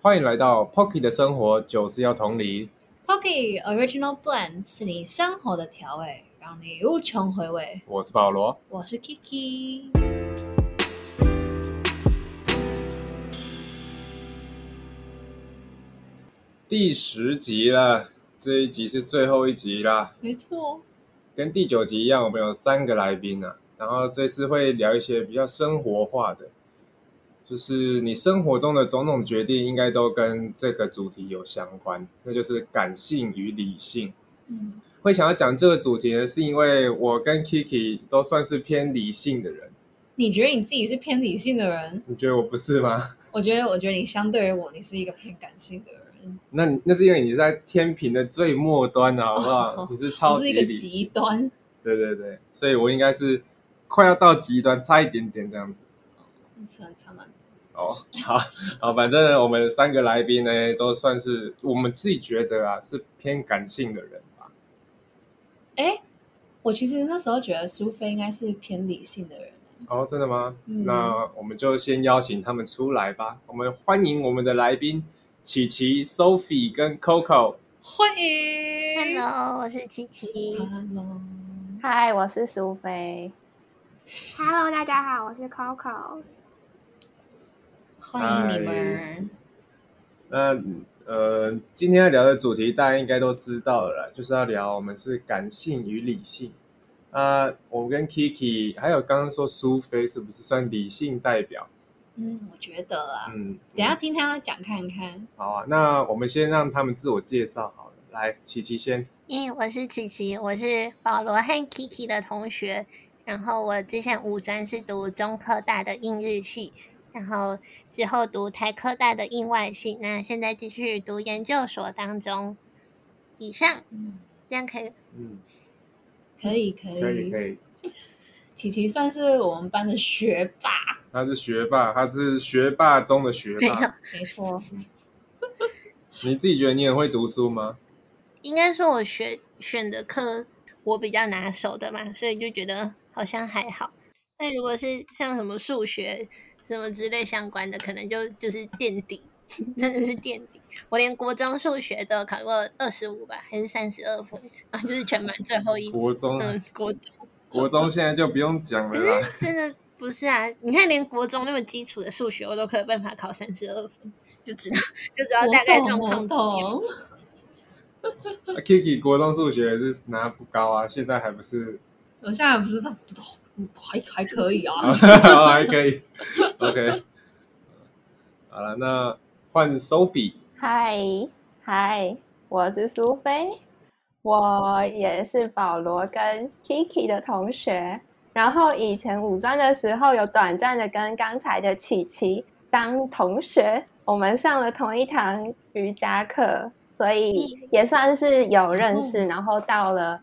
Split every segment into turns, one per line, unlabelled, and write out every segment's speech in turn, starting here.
欢迎来到 Pocky 的生活九是要同理。
Pocky Original Blend 是你生活的调味，让你无穷回味。
我是保罗，
我是 Kiki。
第十集了，这一集是最后一集啦。
没错，
跟第九集一样，我们有三个来宾啊，然后这次会聊一些比较生活化的，就是你生活中的种种决定，应该都跟这个主题有相关，那就是感性与理性。
嗯，
会想要讲这个主题呢，是因为我跟 Kiki 都算是偏理性的人，
你觉得你自己是偏理性的人？
你觉得我不是吗？
我觉得，我觉得你相对于我，你是一个偏感性的人，
那你那是因为你是在天平的最末端啊，好不好？
哦
你是
我
超
是
级
一个
理
极
性，
端。
对对对，所以我应该是快要到极端，差一点点这样子。
嗯差差蛮多。
哦，好，好，反正呢我们三个来宾呢，都算是我们自己觉得啊，是偏感性的人吧。
哎，我其实那时候觉得苏菲应该是偏理性的人。
哦，真的吗？
嗯
那我们就先邀请他们出来吧。我们欢迎我们的来宾琪琪、Sophie 跟 Coco。
欢迎
Hello，我是琪琪。
Hello
嗨，我是苏菲。
Hello，大家好，我是 Coco。
欢迎你们。
那呃，今天要聊的主题大家应该都知道了啦，就是要聊我们是感性与理性。啊、我跟 Kiki 还有刚刚说苏菲是不是算理性代表？
嗯，我觉得啦，
嗯，
等一下听他讲看看。
好啊，那我们先让他们自我介绍好了。来，琪琪先。
耶、嗯我是琪琪，我是保罗和 Kiki 的同学。然后我之前五专是读中科大的应日系，然后之后读台科大的应外系，那现在继续读研究所当中。以上
嗯，
这样可以吗？
嗯，
可以可以
可以可以。
琪琪算是我们班的学霸，
他是学霸，他是学霸中的学
没有
霸。
没错。
你自己觉得你很会读书吗？
应该说我选选的课我比较拿手的嘛，所以就觉得好像还好。但如果是像什么数学什么之类相关的，可能就就是垫底， 真的是垫底。我连国中数学都有考过二十五吧，还是三十二分，然后就是全班最后一。
国中啊，
嗯，国中
国中现在就不用讲了
可
啦。
是真的不是啊！你看，连国中那么基础的数学，我都可以有办法考三十二分，就知道就知道大概状况
我
怎么样
懂，我懂
啊 Kiki 国中数学是拿不高啊，现在还不是
我现在不是这还还可以 啊。
好哦还可以。OK，好了，那换 Sophie。
嗨嗨，我是苏菲，我也是保罗跟 Kiki 的同学。然后以前五专的时候，有短暂的跟刚才的琪琪当同学，我们上了同一堂瑜伽课，所以也算是有认识。然后到了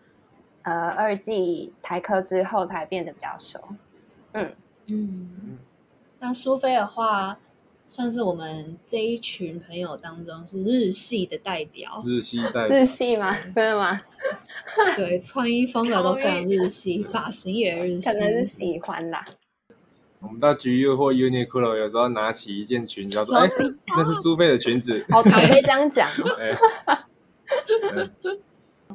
呃二季台科之后，才变得比较熟。
嗯，那苏菲的话，算是我们这一群朋友当中是日系的代 表，
日系代表
日系吗？真的吗？
对，穿衣风格都非常日系，发型也日系
可。能是喜欢啦。
我们到 GU 或 Uniqlo 有时候拿起一件裙子，然后说：“哎、那是苏菲的裙子。
哦，可以这样讲哦。
哎，嗯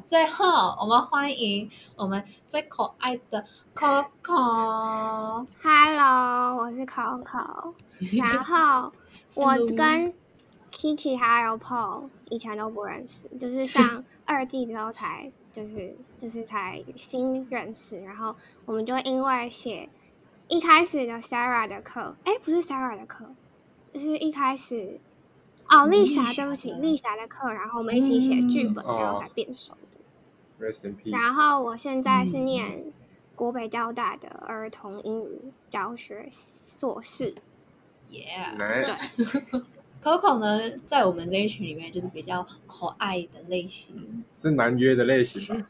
最后，我们欢迎我们最可爱的 Coco。
Hello，我是 Coco，然后我
Hello
跟 Kiki 还有 Paul 以前都不认识，就 是上二季之后才就是就是才新认识，然后我们就因为写一开始的 Sarah 的课，哎，不是 Sarah 的课，就是一开始哦，
嗯
丽
丽
莎，
莎
对不起，
的
丽莎的课，然后我们一起写剧本，
嗯
然后
哦
才变熟的。
Rest in peace。
然后我现在是
嗯
念国北交大的儿童英语教学硕士。
Yeah。
来，
Coco 呢，在我们这一群里面就是比较可爱的类型，
是难约的类型吧？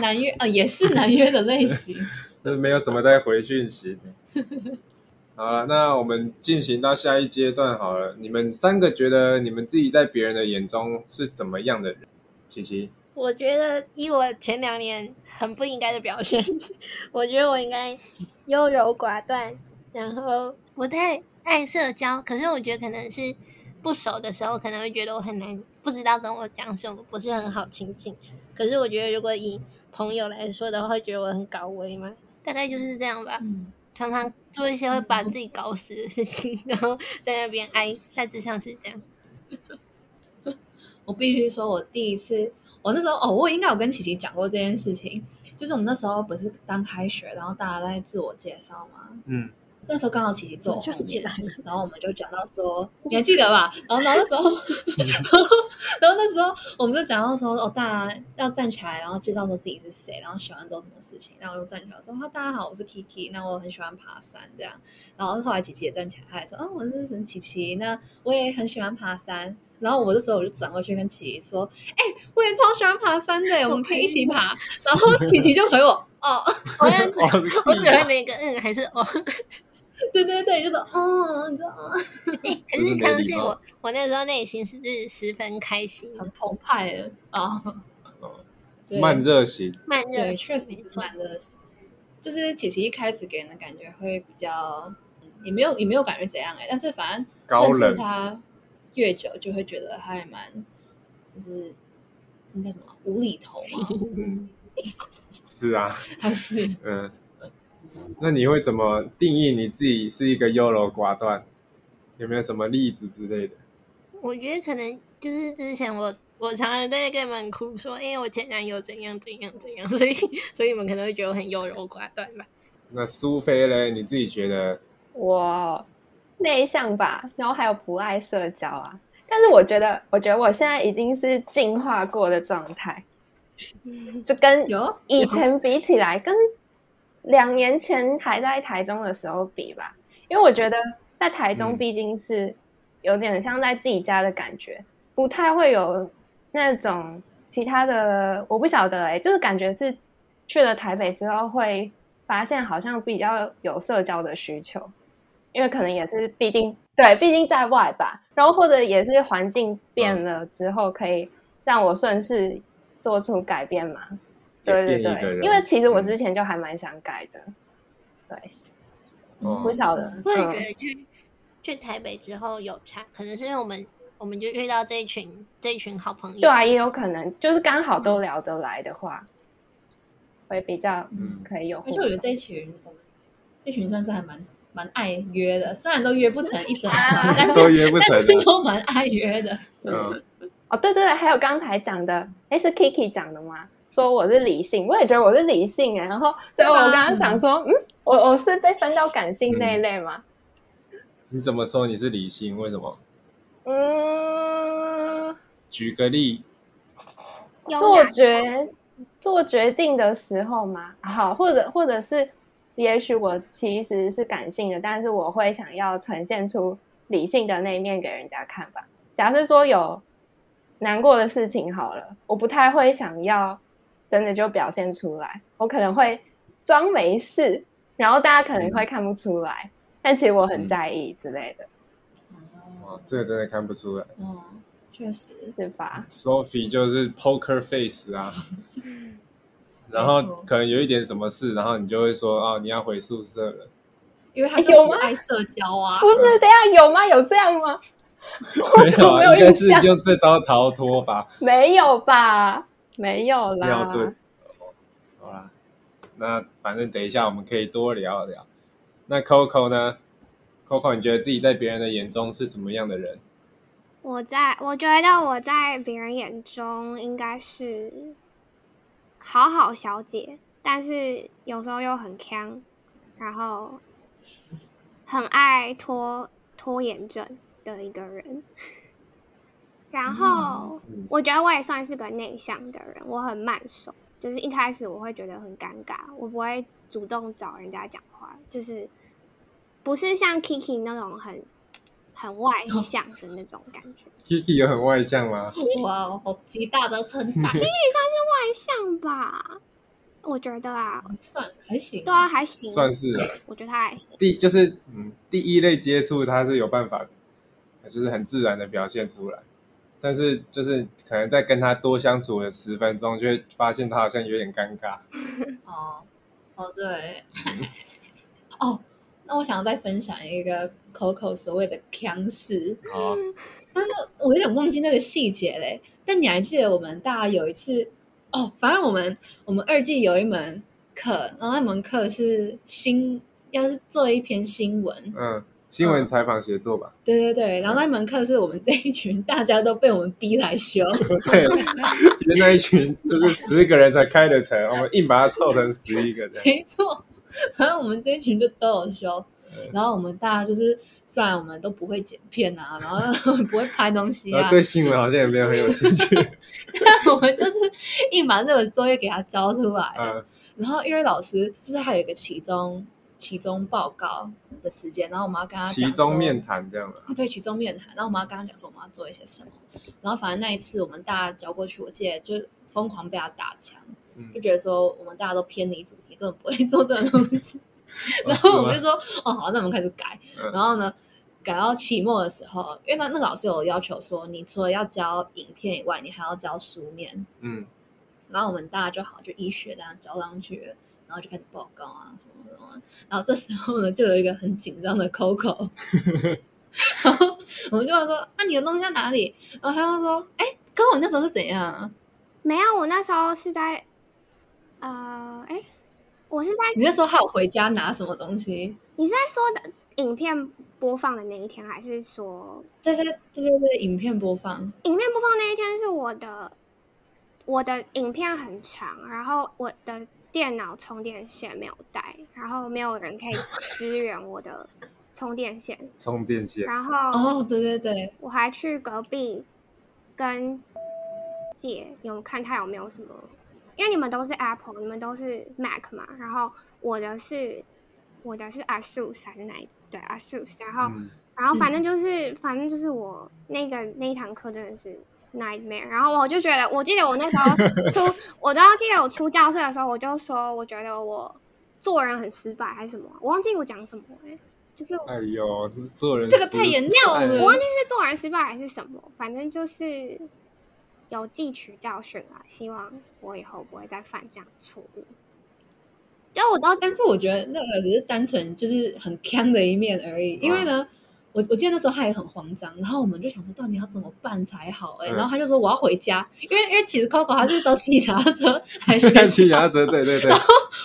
男约呃也是男约的类型。
就是没有什么在回讯息。好了，那我们进行到下一阶段好了。你们三个觉得你们自己在别人的眼中是怎么样的人？琪琪，
我觉得以我前两年很不应该的表现， 我觉得我应该优柔寡断，然后不太爱社交。可是我觉得可能是不熟的时候，可能会觉得我很难，不知道跟我讲什么，不是很好亲近。可是我觉得，如果以朋友来说的话，会觉得我很高危嘛，大概就是这样吧。
嗯，
常常做一些会把自己搞死的事情，然后在那边挨，大致上是这样。
我必须说，我第一次，我那时候哦，我应该有跟琪琪讲过这件事情，就是我们那时候不是刚开学，然后大家在自我介绍嘛，
嗯，
那时候刚好琪琪 坐我后面，
来了，
然后我们就讲到说，你还记得吧？然后，然后那 时候，然后，然后那时候我们就讲到说，哦，大家要站起来，然后介绍说自己是谁，然后喜欢做什么事情。然后我就站起来说，啊哈，大家好，我是 Kiki，那我很喜欢爬山这样。然后后来琪琪也站起来，她也说，嗯，我是陈琪琪，那我也很喜欢爬山。然后我这时候我就转过去跟琪琪说，哎、我也超喜欢爬山的， 我们可以一起爬。然后琪琪就回我， 哦。
我要 只
哦这个
我只会每个嗯还是 哦，
对对对，就是嗯，你知道吗？
欸可
不是
是
没
相
礼
信
貌
我，我那时候内心是是十分开心的
很，澎湃的啊，
嗯
对
慢热型，
慢热
对，确实
没
是
错
蛮热情。就是琪琪一开始给人的感觉会比较，嗯也没有也没有感觉怎样哎、但是反正
高
认识
冷
他越久，就会觉得他还蛮，就是那叫什么无厘头嘛，
嗯，是啊，
还是
嗯，那你会怎么定义你自己是一个优柔寡断？有没有什么例子之类的？
我觉得可能就是之前我我常常在跟你们哭说，因、为我前男友怎样怎样怎样， 所以所以你们可能会觉得我很优柔寡断吧。
那苏菲嘞，你自己觉得？
我内向吧，然后还有不爱社交啊。但是我觉得，我觉得我现在已经是进化过的状态，就跟
有
以前比起来，跟两年前还在台中的时候比吧，因为我觉得在台中
嗯
毕竟是有点像在自己家的感觉，不太会有那种其他的，我不晓得哎、就是感觉是去了台北之后会发现好像比较有社交的需求，因为可能也是毕竟对，毕竟在外吧，然后或者也是环境变了之后，可以让我顺势做出改变嘛。对对
也变一个
对，
人
因为其实我
嗯
之前就还蛮想改的，对，
嗯
哦
不晓得，
我也觉
嗯
得去、去台北之后有差，可能是因为我们我们就遇到这一群这一群好朋友，
对啊，也有可能就是刚好都聊得来的话，会比较
嗯
可以有互
而
动。
且我觉得这一群我们这群算是还蛮蛮爱约的，虽然都约不成一整团，但
都
是
约不 成
但嗯是
的，
都蛮爱约的。
是
嗯，
哦，对对对，还有刚才讲的，哎，是 Kiki 讲的吗？说我是理性，我也觉得我是理性哎，然后所以我
对啊
刚刚想说，嗯，我我是被分到感性
嗯
那一类吗？
你怎么说你是理性？为什么？
嗯，
举个例，
有
做
哪
决做决定的时候嘛， 好，或者或者是，也许我其实是感性的，但是我会想要呈现出理性的那一面给人家看吧。假设说有难过的事情好了，我不太会想要真的就表现出来，我可能会装没事，然后大家可能会看不出来，但其实我很
嗯
在意之类的，
哇，这个真的看不出来。
哦，确实，
是吧？
Sophie 就是 poker face 啊，然
没错
后可能有一点什么事，然后你就会说啊，你要回宿舍了。
因为他
哎
就
有
不
吗
爱社交啊。
不是，等一下有吗？有这样吗？
没
怎
有
么没
啊，
有
应该
印
是
象？
用这招逃脱法。
没有吧？没有啦
要。对，好啦，那反正等一下我们可以多聊聊。那 Coco 呢？Coco，你觉得自己在别人的眼中是怎么样的人？
我在我觉得我在别人眼中应该是好好小姐，但是有时候又很强，然后很爱拖拖延症的一个人。然后
嗯
我觉得我也算是个内向的人，我很慢熟，就是一开始我会觉得很尴尬，我不会主动找人家讲话，就是不是像 Kiki 那种很很外向的那种感觉。
Kiki 有很外向吗？
哇哦，好极大的称赞，
外向吧，我觉得啊，
算还行。
对啊，还行，
算是啊
我觉得他还行。
第就是嗯，第一类接触他是有办法，就是很自然的表现出来，但是就是可能在跟他多相处了十分钟，就会发现他好像有点尴尬。
哦，哦对，哦，那我想要再分享一个 Coco 所谓的腔式，
好，
嗯
我有点忘记那个细节嘞。但你还记得我们大家有一次哦，反正我们我们二季有一门课，然后那门课是新，要是做一篇新闻，
嗯，新闻采访写作吧，
对对对，然后那门课是我们这一群大家都被我们逼来修，
对，原来一群就是十个人才开的成，我们硬把它凑成十一个 这样。
没错，反正我们这一群就都有修。
嗯
然后我们大家就是，虽然我们都不会剪片啊，然后不会拍东西
然
啊
后，对新闻好像也没有很有兴 趣，
但我们就是硬把这个作业给他交出来了。
嗯
然后因为老师就是还有一个期中期中报告的时间，然后我们要跟他讲
其中
说
面谈这样吧。
啊，对，其中面谈，然后我们要跟他讲说我们要做一些什么，然后反正那一次我们大家交过去，我记得就疯狂被他打枪，
嗯
就觉得说我们大家都偏离主题，根本不会 做这种东西。
哦
然
是
后我
吗
们就说，哦，好，那我们开始改。
嗯
然后呢，改到期末的时候，因为那那个老师有要求说，你除了要教影片以外，你还要教书面。
嗯，
然后我们大家就好就医学这样交上去了，然后就开始报告啊什么什么。然后这时候呢，就有一个很紧张 的 Coco，然后我们就会说啊，你的东西在哪里？然后他就说，哎、跟我那时候是怎样啊？
没有，我那时候是在，呃，哎，我是在
你那时候还有回家拿什么东西？
你是在说的影片播放的那一天，还是说
对对对对对，影片播放，
影片播放那一天是我的，我的影片很长，然后我的电脑充电线没有带，然后没有人可以支援我的充电线，
充电线，
然
哦，
后
对对对，
我还去隔壁跟姐有看她有没有什么，因为你们都是 Apple，你们都是 Mac 嘛，然后我的是我的是 ASUS 还是哪一对 ASUS，然后。
嗯，
然后反正就是，反正就是我那个那一堂课真的是 nightmare。然后我就觉得，我记得我那时候出，我都要记得我出教室的时候，我就说我觉得我做人很失败还是什么，我忘记我讲什么了、就是我
哎呦，这是做人
这个太
失
严重
败
了，
忘记是做人失败还是什么，反正就是有汲取教训啦。希望我以后不会再犯这样的错误。就我都
但是我觉得那个只是单纯就是很坑的一面而已，因为呢，我我记得那时候他也很慌张，然后我们就想说到底要怎么办才好哎、
嗯
然后他就说我要回家，因为因为其实 Coco 他是都骑脚踏 车来学
看骑
校，
脚踏车，对对对，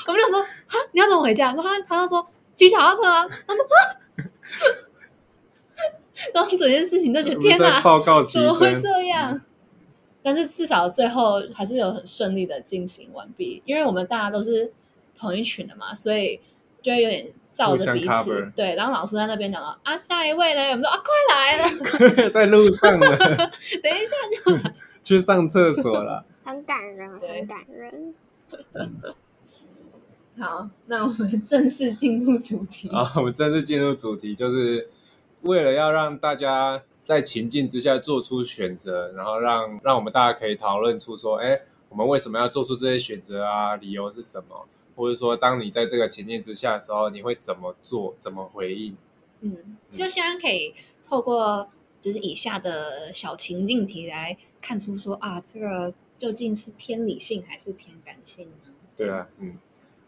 我们就想说哈你要怎么回家？然后他他就说骑脚踏车啊，他说啊， 然后整件事情就觉得
我们
天
在
哪，
报告
怎
期
么会
间，
这样？ 但是至少最后还是有很顺利的进行完毕，因为我们大家都是同一群的嘛，所以就会有点照着彼
互相 cover
此。对，然后老师在那边讲到啊，下一位嘞，我们说啊，快来 了，
在路上的
等一下就
去上厕所了。
很感人，
对
很感人。
好。那我们正式进入主题。
然啊后我们正式进入主题，就是为了要让大家在情境之下做出选择，然后让让我们大家可以讨论出说，哎，我们为什么要做出这些选择啊？理由是什么？或者说，当你在这个情境之下的时候，你会怎么做？怎么回应？
嗯，就希望可以透过就是以下的小情境题来看出说啊，这个究竟是偏理性还是偏感性呢？
对啊，嗯。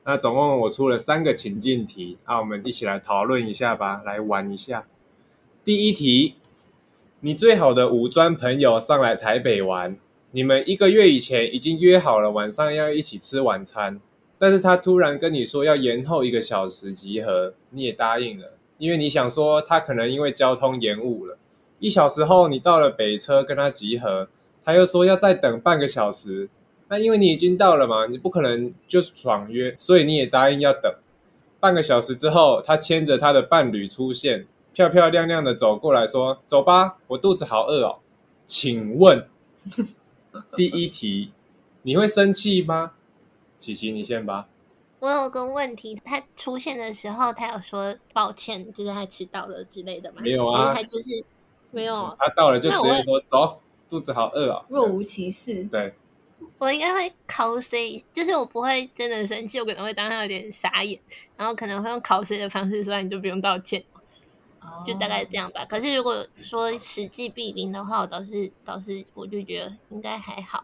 那总共我出了三个情境题，那我们一起来讨论一下吧，来玩一下。第一题，你最好的五专朋友上来台北玩，你们一个月以前已经约好了晚上要一起吃晚餐，但是他突然跟你说要延后一个小时集合，你也答应了，因为你想说他可能因为交通延误了。一小时后你到了北车跟他集合，他又说要再等半个小时，那因为你已经到了嘛，你不可能就是爽约，所以你也答应要等。半个小时之后，他牵着他的伴侣出现，漂漂亮亮的走过来说：“走吧，我肚子好饿哦。”请 问，第一题，你会生气吗？琪琪，你先吧。
我有个问题，他出现的时候，他有说抱歉，就是他迟到了之类的吗？
没有啊
还是他就是 没有。啊
他到了就直
哦那我
接说：“走，肚子好饿哦。”
若无其事。
对，
嗯我应该会 cos，就是我不会真的生气，我可能会当他有点傻眼，然后可能会用 cos 的方式说啊你就不用道歉，
哦
就大概这样吧。可是如果说实际必临的话，我倒是倒是我就觉得应该还好。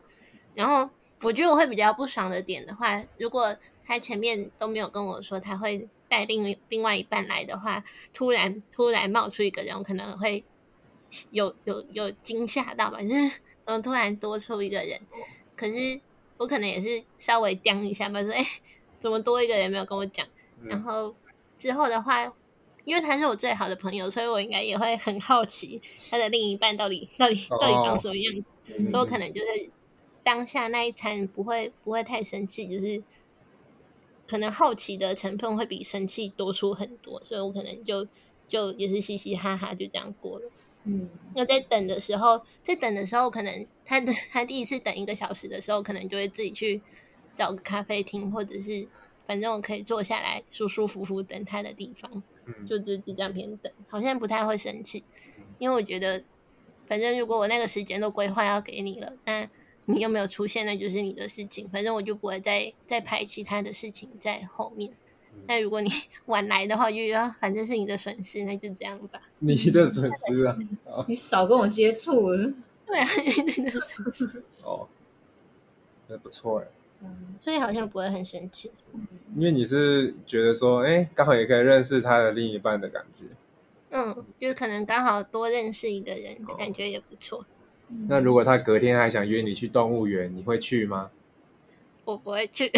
然后我觉得我会比较不爽的点的话，如果他前面都没有跟我说他会带另另外一半来的话，突然突然冒出一个人，我可能会有有有惊吓到吧，就是怎么突然多出一个人？可是我可能也是稍微僵一下吧，说哎、怎么多一个人没有跟我讲？然
嗯，
后之后的话，因为他是我最好的朋友，所以我应该也会很好奇他的另一半到底到底到底长什么样子。
哦嗯
所以我可能就是当下那一餐不会不会太生气，就是可能好奇的成分会比生气多出很多，所以我可能就就也是嘻嘻哈哈就这样过了。
嗯，
那在等的时候，在等的时候，可能他的他第一次等一个小时的时候，可能就会自己去找个咖啡厅，或者是反正我可以坐下来舒舒服服等他的地方。
嗯
就就就这样边等，嗯好像不太会生气，因为我觉得，反正如果我那个时间都规划要给你了，那你又没有出现，那就是你的事情，反正我就不会再再排其他的事情在后面
嗯。
那如果你 晚来的话，就要反正是你的损失，那就这样吧。
你的损失啊，
你少跟我接触，
对啊，你的损失，
哦，那不错哎，
嗯
所以好像不会很生气。
因为你是觉得说，哎，刚好也可以认识他的另一半的感觉。
嗯，就是可能刚好多认识一个人
哦，
感觉也不错。嗯
那如果他隔天还想约你去动物园，你会去吗？
我不会去。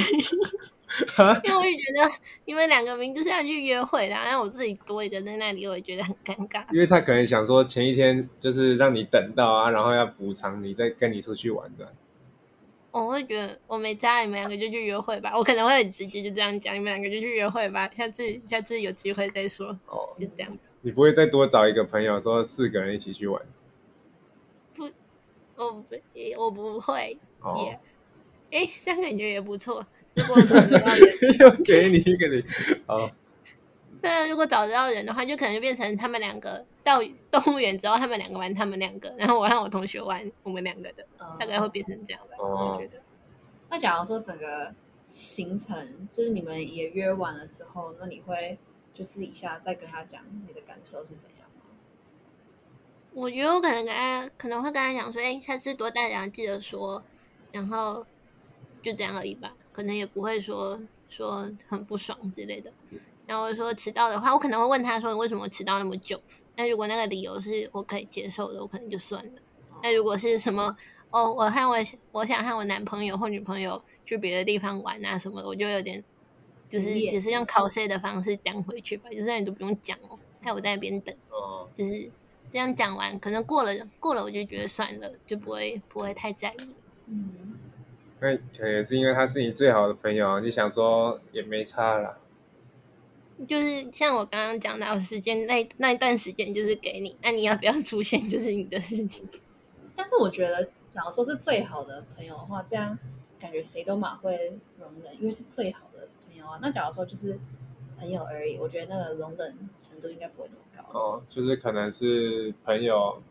哈
因为我也觉得你们两个明明就是要去约会的啊，然后我自己多一个在那里，我也觉得很尴尬。
因为他可能想说前一天就是让你等到啊，然后要补偿你，再跟你出去玩的。
我会觉得我没加你们两个就去约会吧，我可能会很直接就这样讲，你们两个就去约会吧，下次下次有机会再说，
哦，
就这样。
你不会再多找一个朋友说四个人一起去玩？
我不我不会
哦
耶，哎、这样感觉也不错。如果找得 到人，
又给你一个礼，哦，
对啊，如果找得到人的话，就可能就变成他们两个到动物园之后，他们两个玩他们两个，然后我让我同学玩我们两个的，
嗯
大概会变成这样吧， 我觉
哦，
得。
那假如说整个行程就是你们也约完了之后，那你会就是一下再跟他讲你的感受是怎样吗？
我觉得我可能跟他可能会跟他讲说，哎、下次多带两个记得说，然后就这样而已吧，可能也不会说说很不爽之类的。然后我说迟到的话，我可能会问他说，你为什么迟到那么久？那如果那个理由是我可以接受的，我可能就算了。那如果是什么哦，我和我我想和我男朋友或女朋友去别的地方玩啊什么的，我就有点就是
无言
也是用 cos 的方式讲回去吧，就是那你都不用讲哦，害我在那边等。
哦，
就是这样讲完，可能过了过了，我就觉得算了，就不会不会太在意。
嗯，
那可能也是因为他是你最好的朋友，你想说也没差啦。
就是像我刚刚讲的，我时间那那一段时间就是给你，那你要不要出现就是你的事情。
但是我觉得，假如说是最好的朋友的话，这样感觉谁都蛮会容忍，因为是最好的朋友啊。那假如说就是朋友而已，我觉得那个容忍程度应该不会那么高。
哦，就是可能是朋友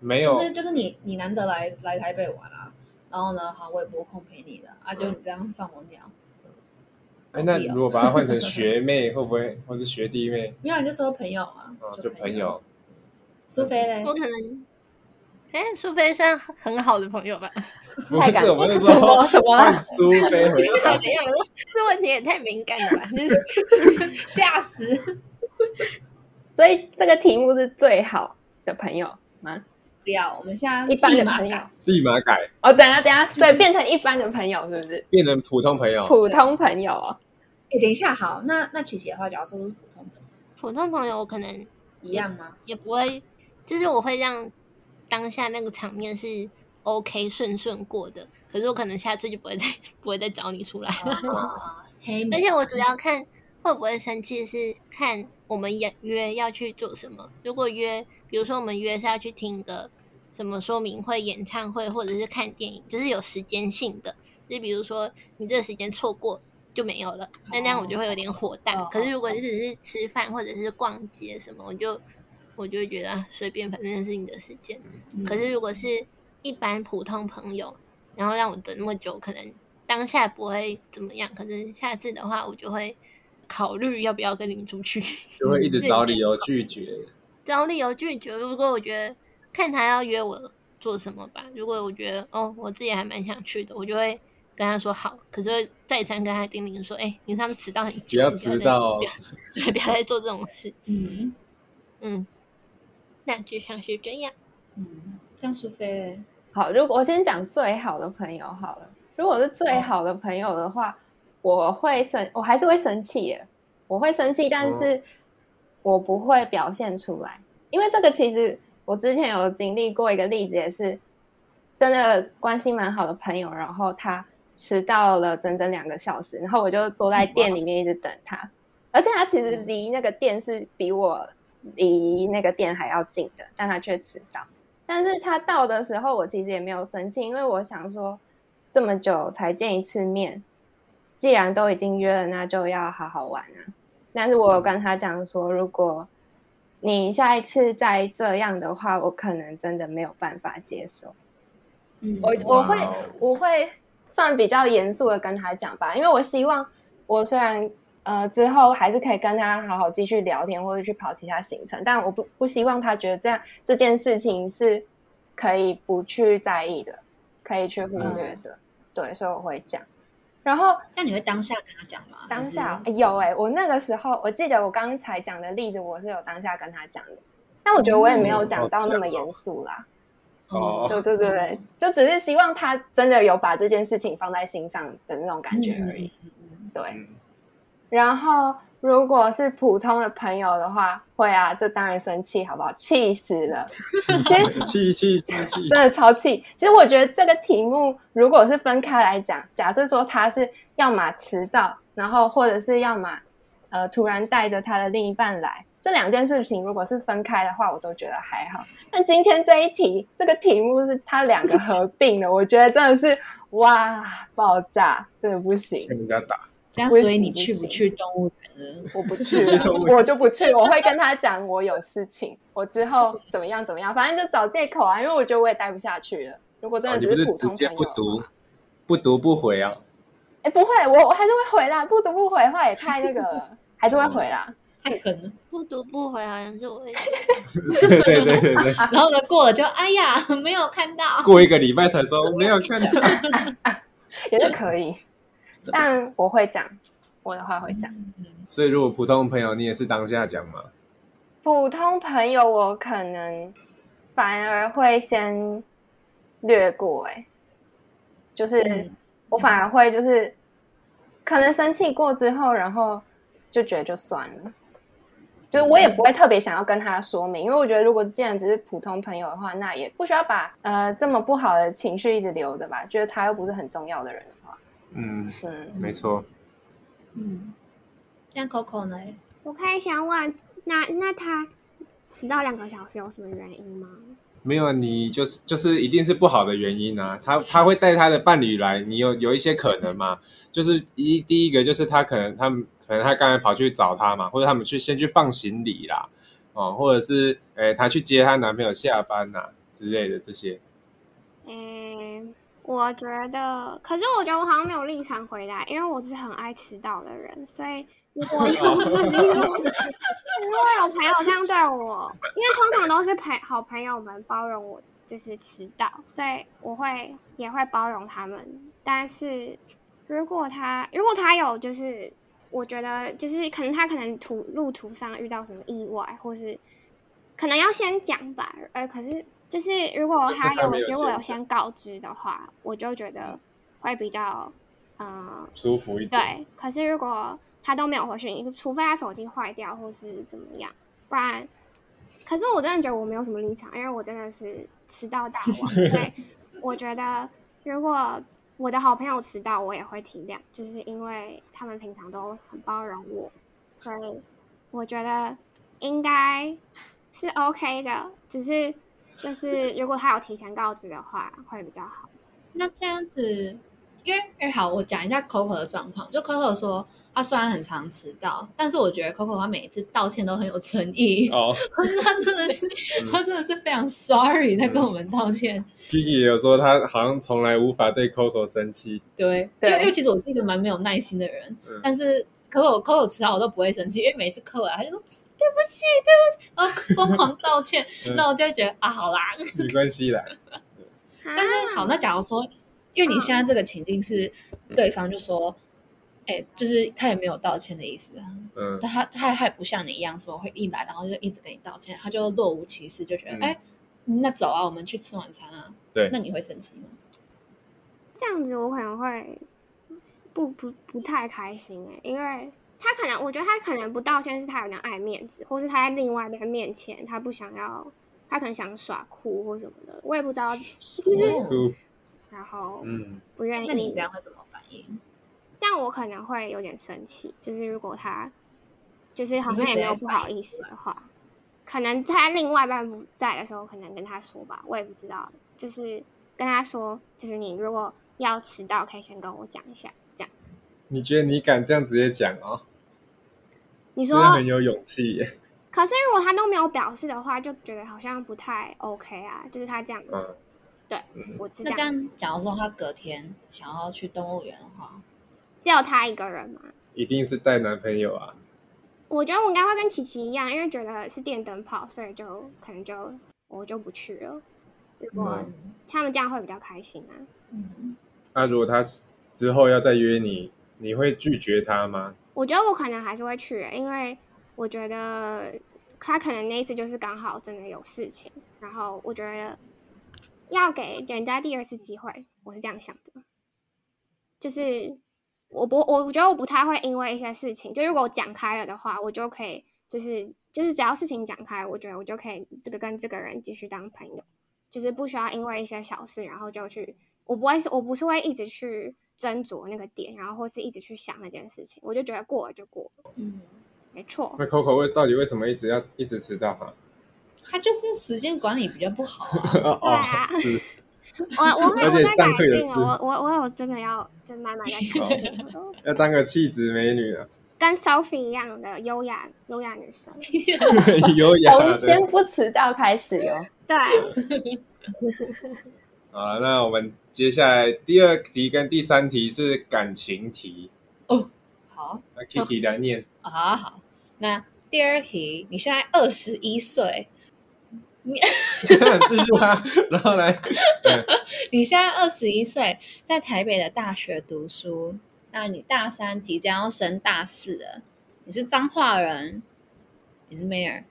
没有，
就是就是你你难得来来台北玩啊，然后呢，好我也不空陪你了啊，
嗯
就你这样放我鸟，
哎，那
狗屁哦
如果把它换成学妹，会不会，或是学弟妹？
没有你就说朋友啊，
哦，就
就
朋。友，
苏菲嘞
我，
嗯
可能，哎，苏菲算很好的朋友吧？
不
太感
是，我是
什么
说啊
什么
换
啦？
苏菲回
没
答
有，没有，这问题也太敏感了吧？就是
吓死！
所以这个题目是最好的朋友
啊
吗？
不要，我们现在
一般
立
的
马
朋友
改？
立马改
哦，等一下等一下，所以
嗯
变成一般的朋友是不是？
变成普通朋友。
普通朋友哦，
哎，等一下，好，那那琪琪的话，假如说都是普通朋友，
普通朋友，我可能
一样吗？
也不会，就是我会让当下那个场面是 OK 顺顺过的，可是我可能下次就不会再 不会再找你出来了。
啊，黑
而
美
且我主要看会不会生气，是看我们约约要去做什么。如果约，比如说我们约是要去听个什么说明会、演唱会，或者是看电影，就是有时间性的。就比如说你这个时间错过就没有了，那那样我就会有点火大。
哦
可是如果就只是吃饭或者是逛街什么，我就我就会觉得啊随便，反正是你的时间。
嗯
可是如果是一般普通朋友，然后让我等那么久，可能当下不会怎么样，可是下次的话，我就会考虑要不要跟你们出去，
就会一直找理由拒绝。
找理由拒绝。如果我觉得看他要约我做什么吧，如果我觉得哦，我自己还蛮想去的，我就会跟他说好，可是会再三跟他叮咛说，哎、你上次迟到很久，
不要
你
迟
再
到哦
不要 对不要再做这种事。
嗯
嗯，那就像是这样。
嗯，这样苏菲嘞，
好，如果我先讲最好的朋友好了，如果是最好的朋友的话，我会生，我还是会生气耶，我会生气，但是我不会表现出来，因为这个其实我之前有经历过一个例子，也是真的关系蛮好的朋友，然后他迟到了整整两个小时，然后我就坐在店里面一直等他，而且他其实离那个店是比我离那个店还要近的，但他却迟到。但是他到的时候，我其实也没有生气，因为我想说这么久才见一次面，既然都已经约了，那就要好好玩啊。但是我有跟他讲说，如果你下一次再这样的话，我可能真的没有办法接受。
嗯，
我我会
哇哦
我会算比较严肃的跟他讲吧，因为我希望我虽然呃之后还是可以跟他好好继续聊天，或者去跑其他行程，但我不不希望他觉得这样这件事情是可以不去在意的，可以去忽
嗯
略的。对，所以我会讲。然后
这样你会当下跟他讲吗？
当
还是
下哎有哎、我那个时候我记得我刚才讲的例子，我是有当下跟他讲的，但我觉得我也没有
嗯
讲
好
到那
强
么
哦
严肃啦。
哦
对对对对，就只是希望他真的有把这件事情放在心上的那种感觉而已。对，
嗯
然后如果是普通的朋友的话，会啊，这当然生气，好不好？气死 了，其实
气气气气
真，的超气。其实我觉得这个题目如果是分开来讲，假设说他是要么迟到，然后或者是要么呃突然带着他的另一半来，这两件事情如果是分开的话，我都觉得还好。但今天这一题，这个题目是他两个合并的， 我觉得真的是哇爆炸，真的不行
欠。人家打，
这样，
不
所以
行
你
不
去不
行
去动物园呢？
我不去了
我，
我就不去。我会跟他讲我有事情，我之后怎么样怎么样，反正就找借口啊，因为我觉得我也待不下去了。如果真
哦
的
你
只
不是
普
直
通朋
接
友
不
的
读
话，
不读不回 啊？
哎、不会，我我还是会回啦，不读不回话也太那个了，还是会回啦。
太狠了。
不读不回好像是我会讲，
对对对对对，
然后呢，过了就哎呀，没有看到。
过一个礼拜才说没有 看到，
也是可以，但我会讲，我的话会讲。
嗯
所以如果普通朋友，你也是当下讲嘛？
普通朋友我可能反而会先略过、欸，就是、
嗯
我反而会就是可能生气过之后，然后就觉得就算了，就是我也
嗯
不会特别想要跟他说明，因为我觉得如果既然只是普通朋友的话，那也不需要把呃这么不好的情绪一直留着吧，觉得他又不是很重要的人的话，
嗯，
嗯，
没错，
嗯，这样 Coco 呢？
我可以想问，那那他迟到两个小时有什么原因吗？
没有啊你就是就是一定是不好的原因啊。他他会带他的伴侣来，你有有一些可能嘛？就是一第一个就是他可能他们可能他刚才跑去找他嘛，或者他们去先去放行李啦，哦，或者是诶、她去接她男朋友下班呐、之类的这些，
嗯，我觉得，可是我觉得我好像没有立场回答，因为我是很爱迟到的人，所以如果有 如果有朋友这样对我，因为通常都是朋好朋友们包容我，就是迟到，所以我会也会包容他们。但是如果他如果他有就是我觉得就是可能他可能途路途上遇到什么意外，或是可能要先讲吧。呃，可是就是如果
就是
他
他
有
没有
如果
先
有先告知的话，我就觉得会比较呃
舒服一点。
对。可是如果他都没有回讯息，除非他手机坏掉或是怎么样，不然。可是我真的觉得我没有什么立场，因为我真的是迟到大王，因为我觉得如果我的好朋友迟到，我也会体谅，就是因为他们平常都很包容我，所以我觉得应该是 OK 的。只是就是如果他有提前告知的话，会比较好。
那这样子，因为哎好，我讲一下 Coco 的状况。就 Coco 说，他虽然很常迟到，但是我觉得 Coco 他每一次道歉都很有诚意。
哦
他真的是，
嗯
他真的是非常 sorry 在跟我们道歉。
，Kiki 有说他好像从来无法对 Coco 生气，
对，
对
因为因为其实我是一个蛮没有耐心的人，
嗯
但是可我可我迟到我都不会生气，因为每次客我来他就说对不起对不起，然后疯狂道歉
嗯，
那我就会觉得啊好啦。
没关系啦。
但
啊
但是好，那假如说因为你现在
嗯
这个情境是对方就说，哎、就是他也没有道歉的意思啊，
嗯
但他他还不像你一样说会一来然后就一直跟你道歉，他就若无其事，就觉得
嗯
哎、那走啊，我们去吃晚餐啊。
对
那你会生气吗？
这样子我可能会不不不太开心哎、因为他可能我觉得他可能不道歉是他有点爱面子，或是他在另外一边面前他不想要，他可能想耍酷或什么的，我也不知道，就是
哦
哭
然后
嗯
不愿意。
那你这样会怎么反应？
这样我可能会有点生气，就是如果他就是好
你会
像也
直
没
接
有不
反
好
应
意
出
思
来
的话，可能他另外一半不在的时候，可能跟他说吧，我也不知道，就是跟他说，就是你如果要迟到，可以先跟我讲一下，这样。
你觉得你敢这样直接讲啊、
你
真
说
的，很有勇气耶。
可是如果他都没有表示的话，就觉得好像不太 OK 啊，就是他这样，
嗯，
对
嗯，
我是
那
这
这
样，
样，假如说他隔天想要去动物园的话，
只有他一个人嘛。
一定是带男朋友啊。
我觉得我应该会跟琪琪一样，因为觉得是电灯泡，所以就可能就我就不去了。如果
嗯
他们这样会比较开心啊。
嗯，
那如果他之后要再约你，你会拒绝他吗？
我觉得我可能还是会去、因为我觉得他可能那一次就是刚好真的有事情，然后我觉得要给人家第二次机会，我是这样想的。就是我不，我觉得我不太会因为一些事情，就如果我讲开了的话，我就可以，就是就是只要事情讲开，我觉得我就可以这个跟这个人继续当朋友，就是不需要因为一些小事，然后就去我不会是，我不是会一直去斟酌那个点，然后或是一直去想那件事情，我就觉得过了就过了，
嗯，
没错。
那 Coco 为到底为什么一直要一直迟到啊 哈、
他就是时间管理比较不好啊。
对啊
哦，是
我 我
而
我
且
在
上
改
课也
进
是
了，我我我有真的要就慢慢在改进，我都
要当个气质美女 啊，
跟 Sophie 一样的优雅优雅女生。
优雅
从
的
先。不迟到开始哟。
对，
好了，那我们接下来第二题跟第三题是感情题，
好
那 Kiki 来念。
啊，好，那第二题，你现在二十一岁，
继续啊，然后来，
你现在二十一岁，在台北的大学读书，那你大三即将要升大四了，你是彰化人，你是 mayor，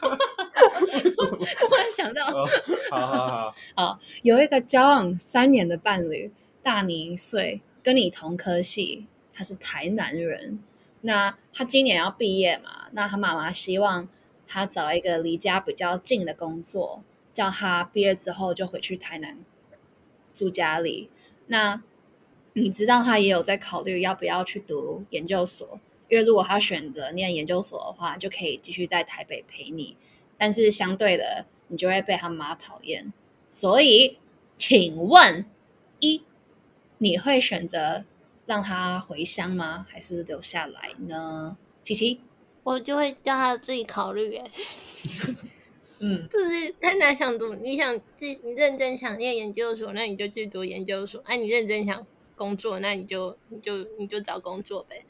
突然想到，
哦好好好，
有一个交往三年的伴侣，大你一岁，跟你同科系，他是台南人。那他今年要毕业嘛？那他妈妈希望他找一个离家比较近的工作，叫他毕业之后就回去台南住家里。那你知道他也有在考虑要不要去读研究所，因为如果他选择念研究所的话，就可以继续在台北陪你，但是相对的，你就会被他妈讨厌。所以，请问一，你会选择让他回乡吗，还是留下来呢？琪琪，
我就会叫他自己考虑、欸，
嗯，，
就是他哪想读，你想自你认真想念研究所，那你就去读研究所；哎、你认真想工作，那你就你就你就找工作呗。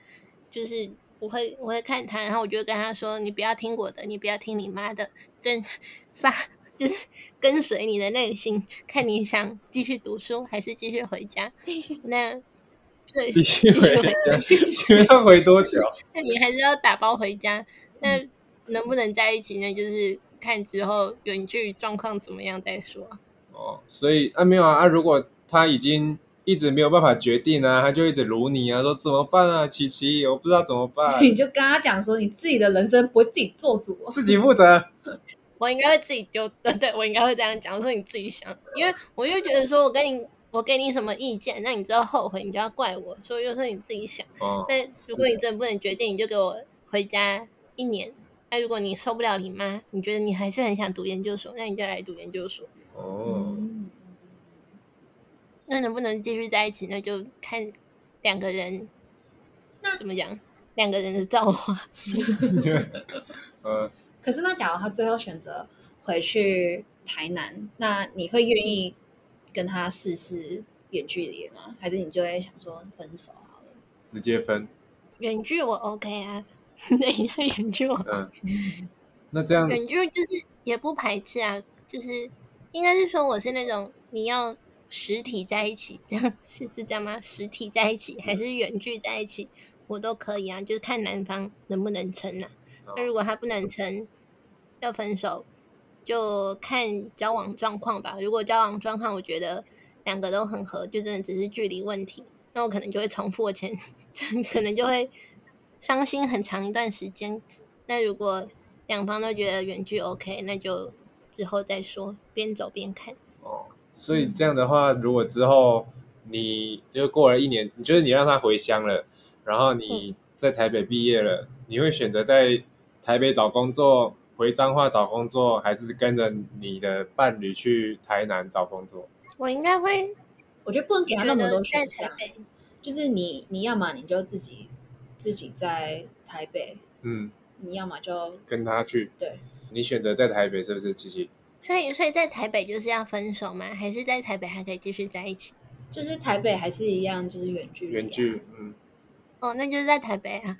就是我会我会看他，然后我就会跟他说：“你不要听我的，你不要听你妈的，真发就是跟随你的内心，看你想继续读书还是继续回家。那”对，
必须
继续
回
回
家，请问要回多久？
那你还是要打包回家。那能不能在一起呢？就是看之后远距状况怎么样再说。
哦，所以啊没有啊啊，如果他已经一直没有办法决定啊，他就一直撸你啊，说怎么办啊，琪琪，我不知道怎么办
你就跟他讲说，你自己的人生不会自己做主 哦。
自己负责。
我应该会自己丢， 对对，我应该会这样讲，我说你自己想，因为我就觉得说我跟你，我给你什么意见，那你之后后悔，你就要怪我，所以我就说你自己想。
哦，
那如果你真的不能决定，你就给我回家一年。那如果你受不了你妈，你觉得你还是很想读研究所，那你就来读研究所。
哦，
嗯，
那能不能继续在一起，那就看两个人怎么讲，两个人的造化。
呃，
可是那假如他最后选择回去台南，那你会愿意跟他试试远距离吗？还是你就会想说分手好了？
直接分。
远距我 OK 啊， 对，远距我 OK
嗯，那这样
远距就是也不排斥啊，就是应该是说我是那种你要实体在一起，这样 是是这样吗？实体在一起还是远距在一起，我都可以啊，就是看男方能不能成啊。那如果他不能成，要分手，就看交往状况吧。如果交往状况我觉得两个都很合，就真的只是距离问题，那我可能就会重复我前， 可能就会伤心很长一段时间。那如果两方都觉得远距 OK，那就之后再说，边走边看。
哦，所以这样的话，如果之后你又过了一年，你觉得你让他回乡了，然后你在台北毕业了，你会选择在台北找工作，回彰化找工作，还是跟着你的伴侣去台南找工作？
我应该会
我觉得不能给他
觉
啊那么
得
多
在
选
台
项，
北，
就是你你要么你就自己自己在台北，
嗯，
你要么就
跟他去。
对，
你选择在台北是不是？琪琪，
所以所以在台北就是要分手吗？还是在台北还可以继续在一起？
就是台北还是一样，就是远距离、啊
远距，，嗯
哦，那就是在台北啊。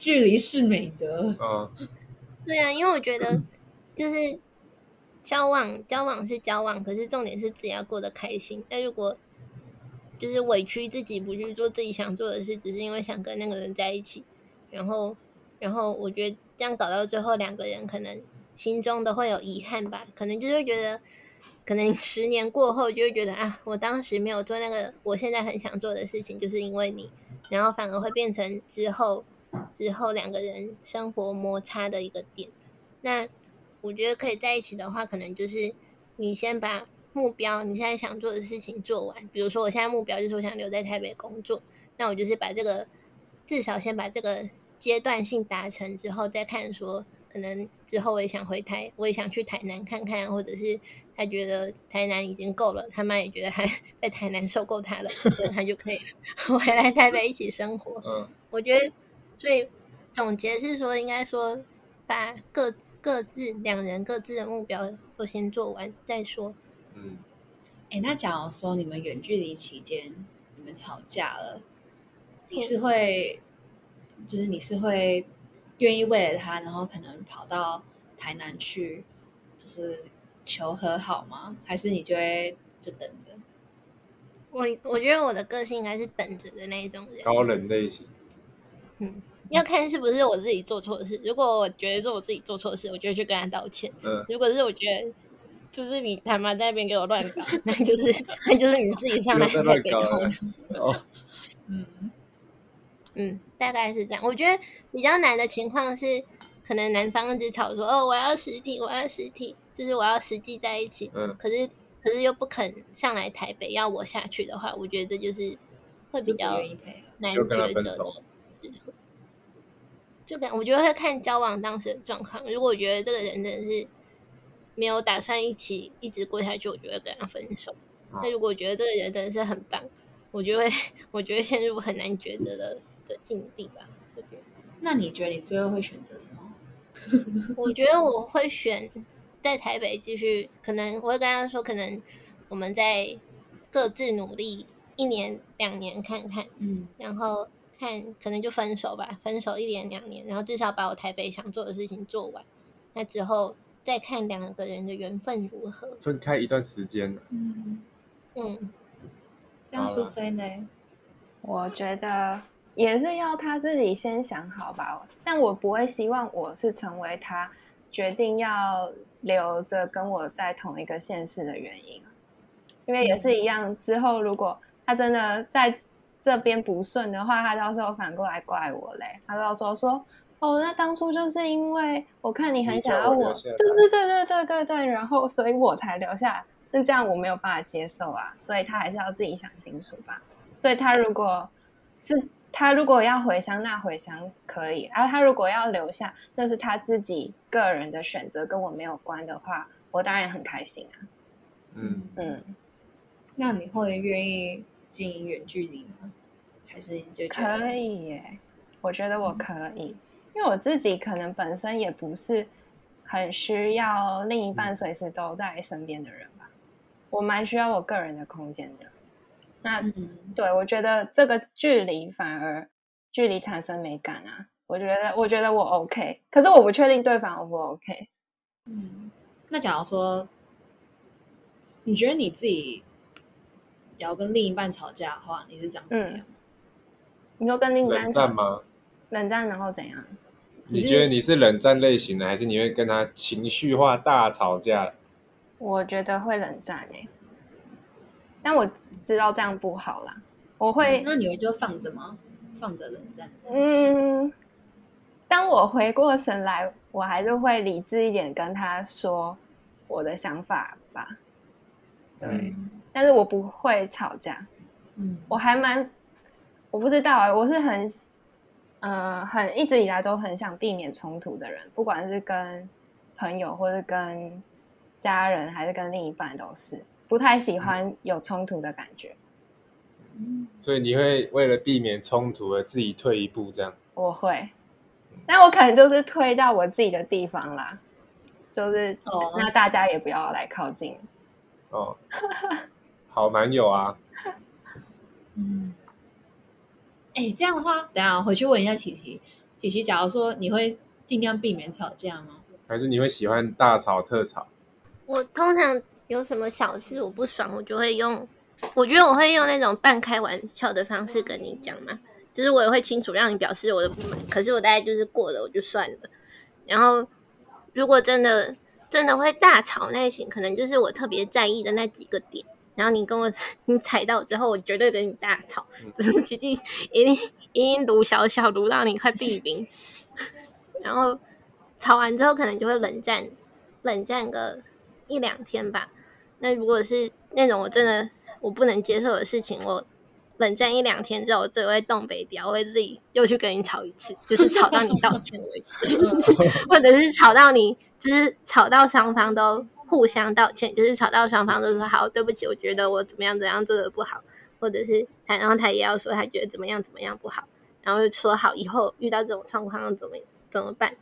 距离是美德。
啊，
对啊，因为我觉得就是交往，交往是交往，可是重点是自己要过得开心。但如果就是委屈自己不去做自己想做的事，只是因为想跟那个人在一起，然后，然后我觉得这样搞到最后，两个人可能心中都会有遗憾吧，可能就是会觉得。可能十年过后就会觉得啊，我当时没有做那个我现在很想做的事情，就是因为你，然后反而会变成之后之后两个人生活摩擦的一个点。那我觉得可以在一起的话，可能就是你先把目标你现在想做的事情做完。比如说，我现在目标就是我想留在台北工作，那我就是把这个至少先把这个阶段性达成之后，再看说可能之后我也想回台，我也想去台南看看，或者是他觉得台南已经够了，他妈也觉得他 在台南受够他了，那他就可以 回来台北一起生活。
嗯，
我觉得，所以总结是说，应该说把各各自两人各自的目标都先做完再说。
嗯，
哎，那假如说你们远距离期间你们吵架了，
嗯
你是会，就是你是会愿意为了他，然后可能跑到台南去，就是求和好吗？还是你就会就等着？
我我觉得我的个性应该是等着的那一种人，
高冷类型，
嗯，要看是不是我自己做错事。如果我觉得是我自己做错事，我就会去跟他道歉；
嗯，
如果是我觉得就是你他妈在那边给我乱搞， 那就是那就是你自己上来
又在乱
台北
搞
搞
了
的。
哦，
嗯，
嗯，大概是这样。我觉得比较难的情况是，可能男方一直吵说：“哦，我要实体，我要实体，就是我要实际在一起。”
嗯，
可是可是又不肯上来台北要我下去的话，我觉得这就是会比
就不
较
愿意配合。
难
就跟他
抉
分
择
手
的时候。就感我觉得会看交往当时的状况，如果我觉得这个人真的是没有打算一起一直过下去，我就会跟他分手。
哦
那如果我觉得这个人真的是很棒，我就会我就会陷入很难抉择的的境地吧。我觉得。
那你觉得你最后会选择什么？
我觉得我会选在台北继续，可能我会跟他说，可能我们再各自努力一年两年看看，
嗯，
然后看可能就分手吧，分手一年两年，然后至少把我台北想做的事情做完，那之后再看两个人的缘分如何。
分开一段时间了，
嗯，
嗯，
这样
好
淑
啦
菲呢？
我觉得也是要他自己先想好吧，但我不会希望我是成为他决定要留着跟我在同一个县市的原因，因为也是一样，之后如果他真的在这边不顺的话，他到时候反过来怪我嘞，他到时候说。哦，那当初就是因为我看你很
你叫
想要
我
我，
留下
对
来
对对对对对对，然后所以我才留下来，那这样我没有办法接受啊，所以他还是要自己想清楚吧。所以他如果是他如果要回乡，那回乡可以；啊，他如果要留下，那是他自己个人的选择，跟我没有关的话，我当然很开心啊。
嗯，
嗯，
那你会愿意经营远距离吗？还是你就觉得
可以耶，我觉得我
嗯
可以，因为我自己可能本身也不是很需要另一半
嗯
随时都在身边的人吧，我蛮需要我个人的空间的。那
嗯，
对，我觉得这个距离反而距离产生美感啊。我觉得，我觉得我 OK，可是我不确定对方 O 不 OK。
嗯，那假如说你觉得你自己要跟另一半吵架的话，你是长什么样子？
你说跟另一半
冷战吗？
冷战然后怎样？
嗯
你觉得你是冷战类型的，还是你会跟他情绪化大吵架？
我觉得会冷战哎、但我知道这样不好啦，我
嗯
会
那你会就放着吗？放着冷战？
嗯，当我回过神来，我还是会理智一点跟他说我的想法吧。对，
嗯
但是我不会吵架，
嗯，
我还蛮，我不知道哎、我是很，呃，很一直以来都很想避免冲突的人，不管是跟朋友，或是跟家人，还是跟另一半，都是不太喜欢有冲突的感觉。
嗯
所以你会为了避免冲突而自己退一步，这样？
我会，但我可能就是推到我自己的地方啦，就是、
哦
那大家也不要来靠近。
哦，好男友啊，
嗯，哎、这样的话，等一下我回去问一下琪琪。琪琪，假如说你会尽量避免吵架吗？
还是你会喜欢大吵特吵？
我通常有什么小事我不爽，我就会用，我觉得我会用那种半开玩笑的方式跟你讲嘛，就是我也会清楚让你表示我的不满，可是我大概就是过了我就算了。然后如果真的真的会大吵类型，可能就是我特别在意的那几个点。然后你跟我 你踩到之后，我绝对跟你大吵
嗯，
就是决定一定一定撸小小撸到你快毙命。 然后吵完之后，可能就会冷战，冷战个一两天吧。那如果是那种我真的我不能接受的事情，我冷战一两天之后，我就会东北调，我会自己又去跟你吵一次，就是吵到你道歉为止，或者是吵到你就是吵到双方都互相道歉，就是吵到双方都说好对不起，我觉得我怎么样怎么样做的不好，或者是他然后他也要说他觉得怎么样怎么样不好，然后就说好以后遇到这种状况要怎么怎么办，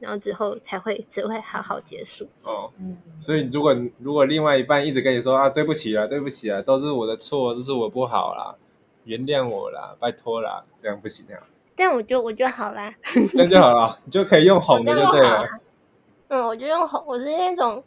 然后之后才会只会好好结束。
哦，
嗯，
所以如果如果另外一半一直跟你说啊，对不起啦，对不起啦，都是我的错，都是我不好啦，原谅我啦，拜托啦，这样不行啊，
但我觉得我就好啦，
这样就好了， 你就可以用哄的就对了。
啊
嗯，我就用哄，我是那种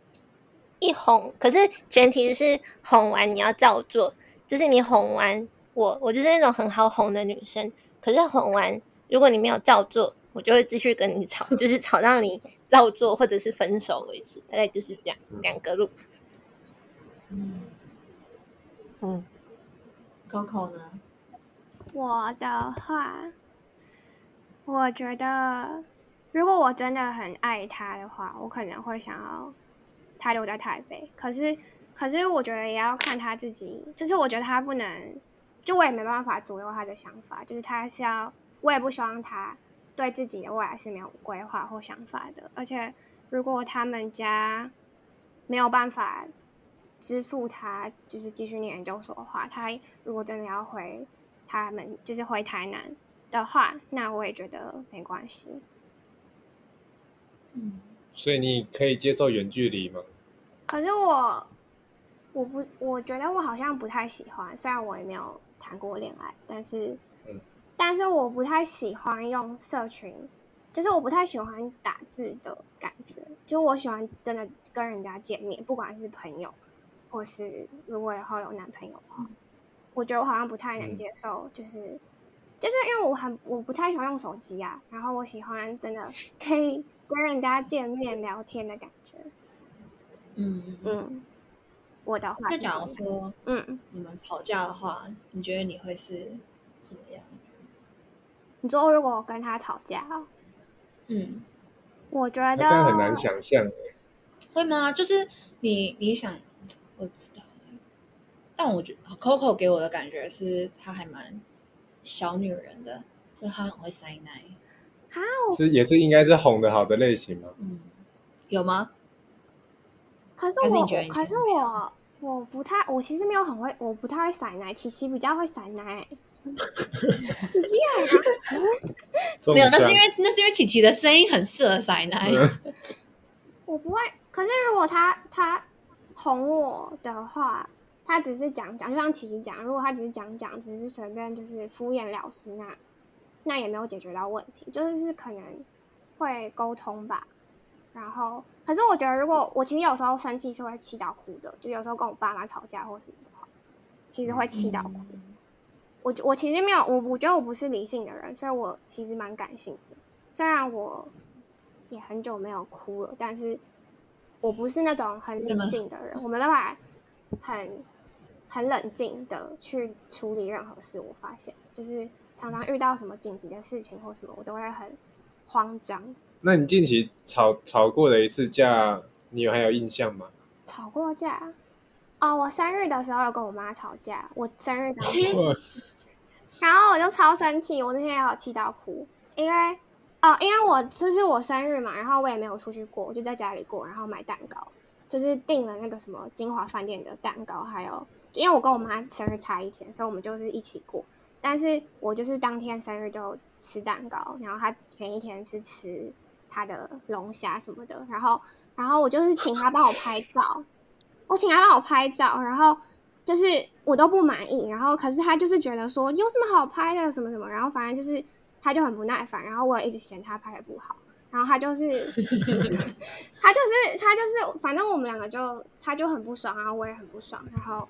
一哄，可是前提是哄完你要照做，就是你哄完我，我就是那种很好哄的女生。可是哄完，如果你没有照做，我就会继续跟你吵，就是吵到你照做或者是分手为止，大概就是这样
嗯
两个路。
嗯
嗯，
，Coco 呢？
我的话，我觉得如果我真的很爱他的话，我可能会想要他留在台北。可是，可是我觉得也要看他自己，就是我觉得他不能，就我也没办法左右他的想法，就是他是要，我也不希望他对自己的未来是没有规划或想法的。而且，如果他们家没有办法支付他就是继续念研究所的话，他如果真的要回他们就是回台南的话，那我也觉得没关系。
嗯，
所以你可以接受远距离吗？
可是我，我不，我觉得我好像不太喜欢，虽然我也没有谈过恋爱，但是，
嗯
但是我不太喜欢用社群，就是我不太喜欢打字的感觉，就我喜欢真的跟人家见面，不管是朋友，或是如果以后有男朋友的话，我觉得我好像不太能
嗯
接受，就是。就是因为我很我不太喜欢用手机啊，然后我喜欢真的可以跟人家见面聊天的感觉。
嗯嗯。
嗯，我的话
那
是这
假
样
如
子，
说
嗯，
你们吵架的话，你觉得你会是什么样子？
你说如果我跟他吵架哦，
嗯，
我觉
那
得
这样很难想象欸。
会吗？就是你你想，我也不知道欸。但我觉得 Coco 给我的感觉是，她还蛮小女人的，就她很会塞奶。
啊，
是也是应该是哄的好的类型吗？
嗯，有吗？
可是
还是
我
你觉得你
可
觉
是
得很漂
我我不太，我其实没有很会，我不太会撒奶，琪琪比较会撒奶，
没有，
中
那是
枪
因为那是因为琪琪的声音很适合塞奶。
我不会。可是如果他他哄我的话，他只是讲讲，就像琪琪讲，如果他只是讲讲，只是随便就是敷衍了事，那那也没有解决到问题，就是是可能会沟通吧。然后，可是我觉得，如果我其实有时候生气是会气到哭的，就有时候跟我爸妈吵架或什么的话，其实会气到哭。我我其实没有，我我觉得我不是理性的人，所以我其实蛮感性的。虽然我也很久没有哭了，但是我不是那种很理性的人，我没办法很很冷静的去处理任何事。我发现，就是常常遇到什么紧急的事情或什么，我都会很慌张。
那你近期吵吵过的一次架，你有还有印象吗？
吵过架？哦，我生日的时候有跟我妈吵架，我生日当
哎
天。
哇
然后我就超生气，我那天也有气到哭，因为哦，因为我就是我生日嘛，然后我也没有出去过，我就在家里过，然后买蛋糕，就是订了那个什么金华饭店的蛋糕，还有因为我跟我妈生日差一天，所以我们就是一起过。但是我就是当天生日就吃蛋糕，然后她前一天是吃她的龙虾什么的，然后然后我就是请她帮我拍照，我请他帮我拍照，然后就是我都不满意，然后可是他就是觉得说有什么好拍的什么什么，然后反正就是他就很不耐烦，然后我也一直嫌他拍的不好，然后他就是他就是他就是反正我们两个就他就很不爽，然后我也很不爽，然后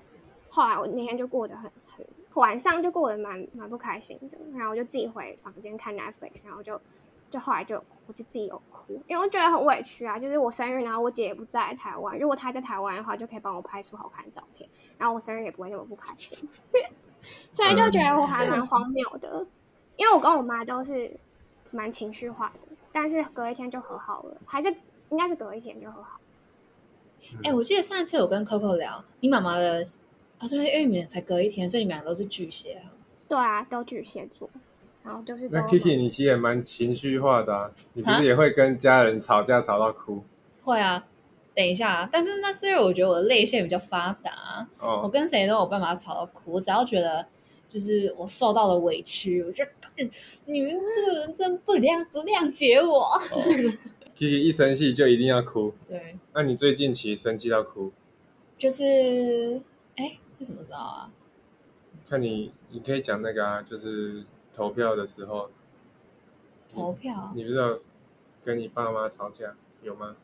后来我那天就过得很很晚上就过得蛮蛮不开心的，然后我就自己回房间看 Netflix，然后就。就后来就我就自己有哭，因为我觉得很委屈啊。就是我生日，然后我姐也不在台湾，如果她在台湾的话，就可以帮我拍出好看的照片，然后我生日也不会那么不开心。 所以就觉得我还蛮荒谬的，因为我跟我妈都是蛮情绪化的，但是隔一天就和好了，还是应该是隔一天就和好。
哎、我记得上一次我跟 Coco 聊，你妈妈的啊，对，因为你们才隔一天，所以你们俩都是巨蟹啊。
对啊，都巨蟹座，然后就是都
那 Kiki 你其实也蛮情绪化的啊，你不
啊
是也会跟家人吵架吵到哭
会啊，等一下啊，但是那是因为我觉得我的泪腺比较发达啊、我
哦？
跟谁都有办法吵到哭，我只要觉得就是我受到了委屈，我就、嗯你们这个人真不谅不谅解我。
哦 Kiki 一生气就一定要哭，
对，
那你最近其实生气到哭，
就是哎是什么时候啊？
看你你可以讲那个啊，就是投票的时候，
投票？啊
你不知道跟你爸妈吵架有吗？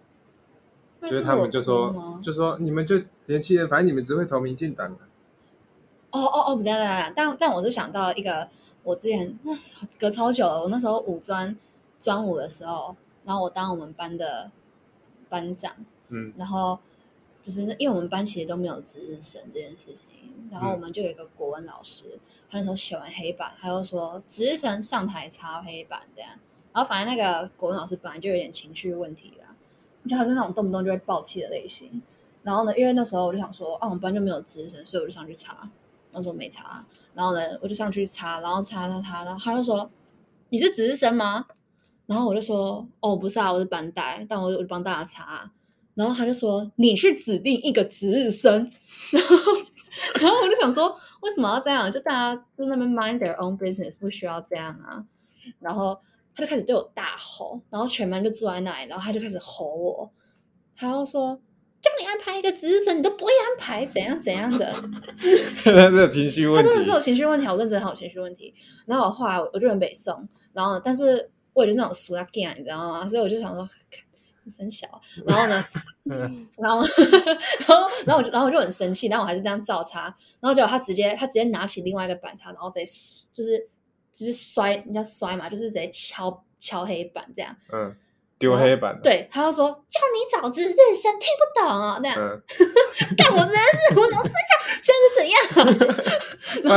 那
就是
是
他
我
们就
哭
说
吗
就说你们就年轻人，反正你们只会投民进党啊。
哦哦哦，不对不对，不对但但我是想到一个，我之前那隔超久了，我那时候五专专五的时候，然后我当我们班的班长，
嗯
然后就是因为我们班其实都没有值日生这件事情，然后我
嗯
们就有一个国文老师，他那时候写完黑板，他就说值日生上台擦黑板这样，然后反正那个国文老师本来就有点情绪问题啦，就他是那种动不动就会爆气的类型。然后呢，因为那时候我就想说，啊，我们班就没有值日生，所以我就上去查。那时候没查，然后呢，我就上去查，然后查查查，然后他就说：“你是值日生吗？”然后我就说：“哦，不是啊，我是班代，但我我就帮大家查啊。”然后他就说：“你是指定一个值日生。” 然后，然后我就想说，为什么要这样？就大家就那边 mind their own business，不需要这样啊。然后他就开始对我大吼，然后全班就坐在那里，然后他就开始吼我，他就说：“叫你安排一个值日生，你都不会安排，怎样怎样的。”
他是有情绪问
他
题，
啊真的是有情绪问题，我认真很有情绪问题。然后我后来我就很北宋，然后但是我也就是那种俗辣 gay，你知道吗？所以我就想说，真小。啊然后呢，
嗯
呃
哎
然后然后然后我就然后我就很生气，然后我还是这样照擦，然后结果他直接他直接拿起另外一个板擦，然后直接就是就是摔，人家摔嘛，就是直接敲敲黑板这样。
嗯，丢黑板，，
对，他就说叫你早知日生听不懂哦，那样、
嗯，
干我真的是我我睡觉现在是怎样、然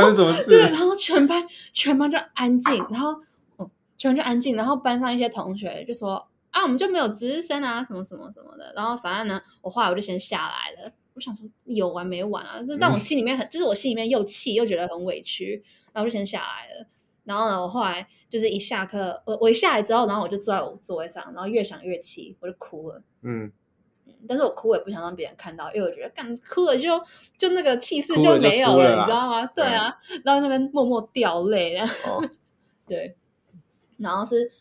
发
后
生什么
对，然
事？
后全班全班就安静，然后嗯，全班就安静，然后班上一些同学就说啊，我们就没有值日生啊，什么什么什么的。然后反正呢，我后来我就先下来了，我想说有完没完啊，就是但我心里面很，就是我心里面又气又觉得很委屈，然后我就先下来了。然后呢，我后来就是一下课，我我一下来之后，然后我就坐在我座位上，然后越想越气，我就哭了。
嗯，
但是我哭我也不想让别人看到，因为我觉得干哭了就就那个气势
哭了就
没有
输了
你
啦
知道吗？对啊，然后那边默默掉泪，然后
哦，
对，然后是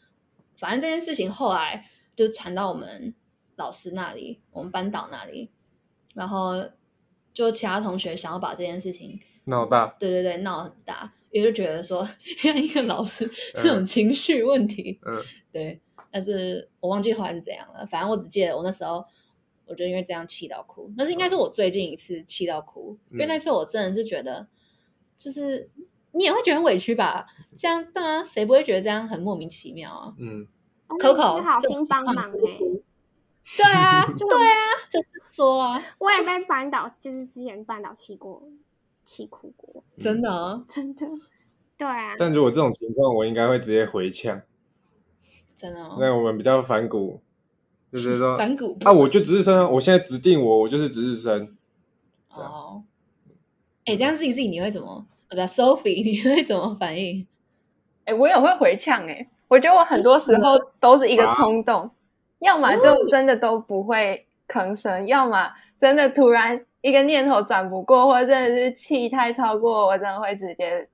反正这件事情后来就传到我们老师那里，我们班导那里，然后就其他同学想要把这件事情，
闹大，
对对对，闹得很大，也就觉得说让一个老师这种情绪问题，
嗯，
对，但是我忘记后来是怎样了。反正我只记得我那时候，我就因为这样气到哭。但是应该是我最近一次气到哭，因为
嗯
那次我真的是觉得，就是你也会觉得很委屈吧？这样当然谁不会觉得这样很莫名其妙啊
嗯，
？Coco
真好
这
心帮忙哎、
对 啊，对啊，就是说啊，
我也被绊倒，就是之前绊倒气过，气哭过，
真的啊
真的。对啊，
但如果这种情况，我应该会直接回呛。
真的哦
那我们比较反骨，就是说
反骨
啊，我就值日生啊，我现在指定我，我就是值日生。对啊
哦，哎、这样自己自己你会怎么？呃，不，Sophie，你会怎么反应？
哎、我也会回呛哎、我觉得我很多时候都是一个冲动，要么就真的都不会吭声，要么真的突然一个念头转不过，或者真的是气太超过，我真的会直接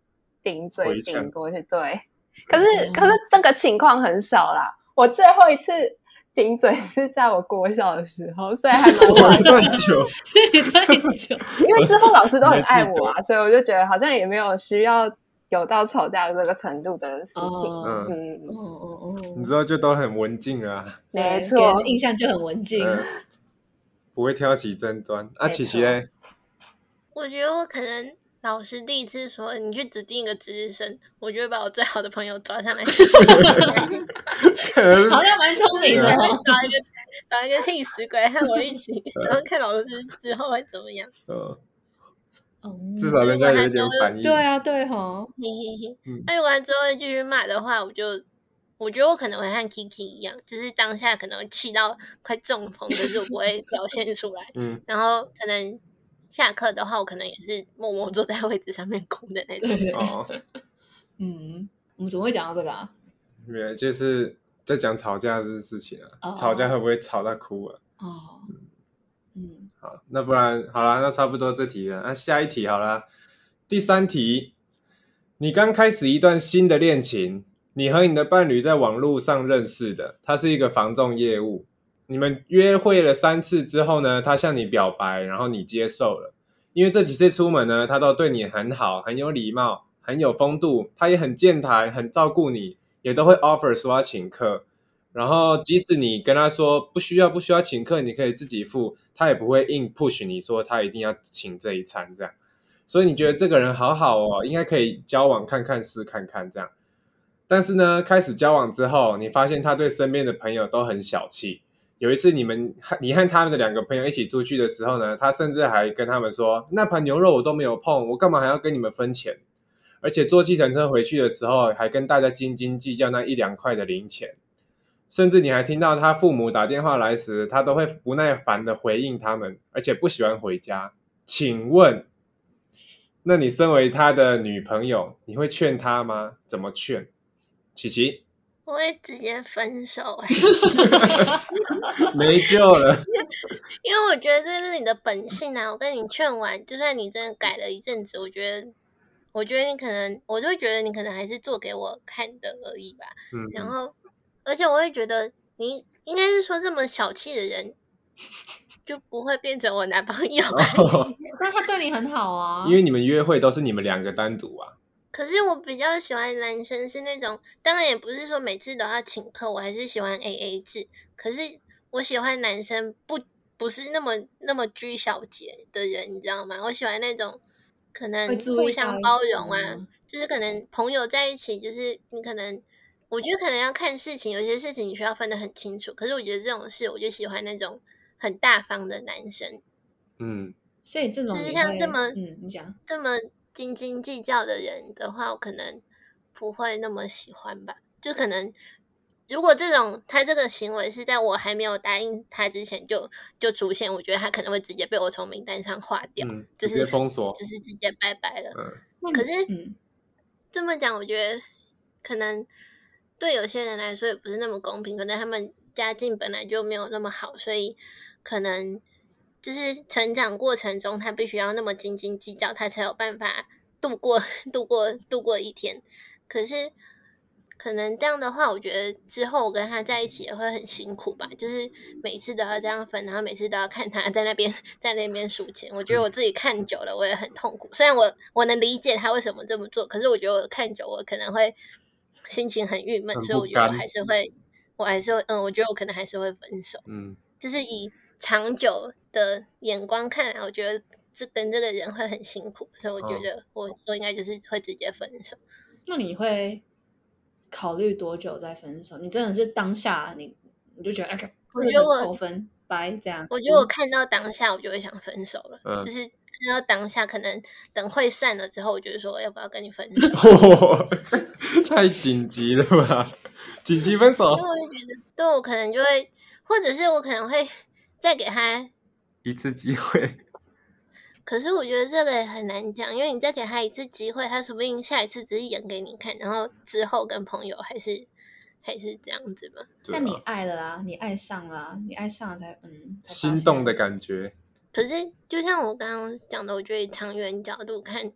顶嘴
回呛嗯
顶过去。对，可是可是
哦
这个情况很少啦。我最后一次顶嘴是在我国小的时候，所以 还蛮
我
晚
一段酒，
对， 太久，
因为之后老师都很爱我啊，所以我就觉得好像也没有需要有到吵架的这个程度的事情。
哦，
嗯，
嗯
哦哦
你知
哦，
道就都很文静啊，
对
没
给
错
人，印象就很文静。
嗯，不会挑起争端。啊，
没
琪琪
错
嘞，
我觉得我可能老师第一次说你去指定一个值日生，我就会把我最好的朋友抓上来，
可能
好像蛮聪明的
然后
啊
哦，
找一个找一个替死鬼和我一起，然后看老师之后会怎么样。
呃，
嗯
至少人家有一点反应。
对啊，对哈，
嘿嘿嘿
嗯，
那如果他之后会继续骂的话，我就我觉得我可能会和 Kiki 一样，就是当下可能会气到 快中风，可是我不会表现出来。
嗯，
然后可能下课的话，我可能也是默默坐在位置上面哭的那
对
种。
对，
哦，
嗯，我们怎么会讲到这个啊？
没有，就是在讲吵架这事情啊，
哦
吵架会不会吵到哭啊？
哦，嗯，
好，那不然好啦，那差不多这题了。那下一题好啦，第三题，你刚开始一段新的恋情，你和你的伴侣在网络上认识的，他是一个房仲业务，你们约会了三次之后呢，他向你表白，然后你接受了。因为这几次出门呢，他都对你很好，很有礼貌，很有风度，他也很健谈，很照顾你，也都会 offer 说要请客。然后即使你跟他说不需要不需要请客，你可以自己付，他也不会硬 push 你说他一定要请这一餐这样。所以你觉得这个人好好哦，应该可以交往看看试看看这样。但是呢，开始交往之后，你发现他对身边的朋友都很小气。有一次你们你和他们的两个朋友一起出去的时候呢，他甚至还跟他们说那盘牛肉我都没有碰，我干嘛还要跟你们分钱？而且坐计程车回去的时候，还跟大家斤斤计较那一两块的零钱。甚至你还听到他父母打电话来时，他都会不耐烦的回应他们，而且不喜欢回家。请问，那你身为他的女朋友，你会劝他吗？怎么劝？琪 琪，
我会直接分手、欸，
没救了。
因为我觉得这是你的本性啊。我跟你劝完，就算你真的改了一阵子，我觉得，我觉得你可能，我就会觉得你可能还是做给我看的而已吧。然
嗯，
后，而且我会觉得你应该是说这么小气的人，就不会变成我男朋友。
哦那他对你很好啊，
因为你们约会都是你们两个单独啊。
可是我比较喜欢男生是那种，当然也不是说每次都要请客，我还是喜欢 A A 制。可是我喜欢男生不不是那么那么拘小节的人，你知道吗？我喜欢那种可能
会注
互
意到
相
一
包
些嗯
容啊，
吗，
就是可能朋友在一起，就是你可能，我觉得可能要看事情，有些事情你需要分得很清楚。可是我觉得这种事，我就喜欢那种很大方的男生，
嗯，
所以这种
就是
你
像
会
这么
嗯，你讲，
这么斤斤计较的人的话，我可能不会那么喜欢吧。就可能如果这种他这个行为是在我还没有答应他之前就就出现，我觉得他可能会直接被我从名单上划掉，
嗯，
就
直
是
接封锁。
就是直接拜拜了。
嗯，
那
可
你
是
嗯，
这么讲，我觉得可能对有些人来说也不是那么公平，可能他们家境本来就没有那么好，所以可能就是成长过程中他必须要那么斤斤计较，他才有办法度过 度过度过一天。可是可能这样的话，我觉得之后我跟他在一起也会很辛苦吧，就是每次都要这样分，然后每次都要看他在那边 在那边数钱。我觉得我自己看久了，我也很痛苦。虽然我我能理解他为什么这么做，可是我觉得我看久，我可能会心情很郁闷，
很
所以
不
我觉得我
甘
还是会。我还是会，嗯，我觉得我可能还是会分手。
嗯，
就是以长久的眼光看来，我觉得这跟这个人会很辛苦，所以我觉
嗯
得我、我应该就是会直接分手。
那你会考虑多久再分手？你真的是当下你你就觉得哎，
我
这个
觉得
人
我
扣分，拜这样。嗯
我觉得我看到当下，我就会想分手了。
嗯。
就是看到当下，可能等会散了之后，我就说要不要跟你分手
哇， 太紧急了吧？紧急分手
因为我就觉得，对我可能就会，或者是我可能会再给他。
一次机会，
可是我觉得这个也很难讲，因为你再给他一次机会，他说不定下一次只是演给你看，然后之后跟朋友还是还是这样子嘛。
对
但你
啊
爱了啊，你爱上了啊，你爱上了才嗯，才发
心动
现
的感觉，
可是就像我刚刚讲的，我觉得以长远角度看，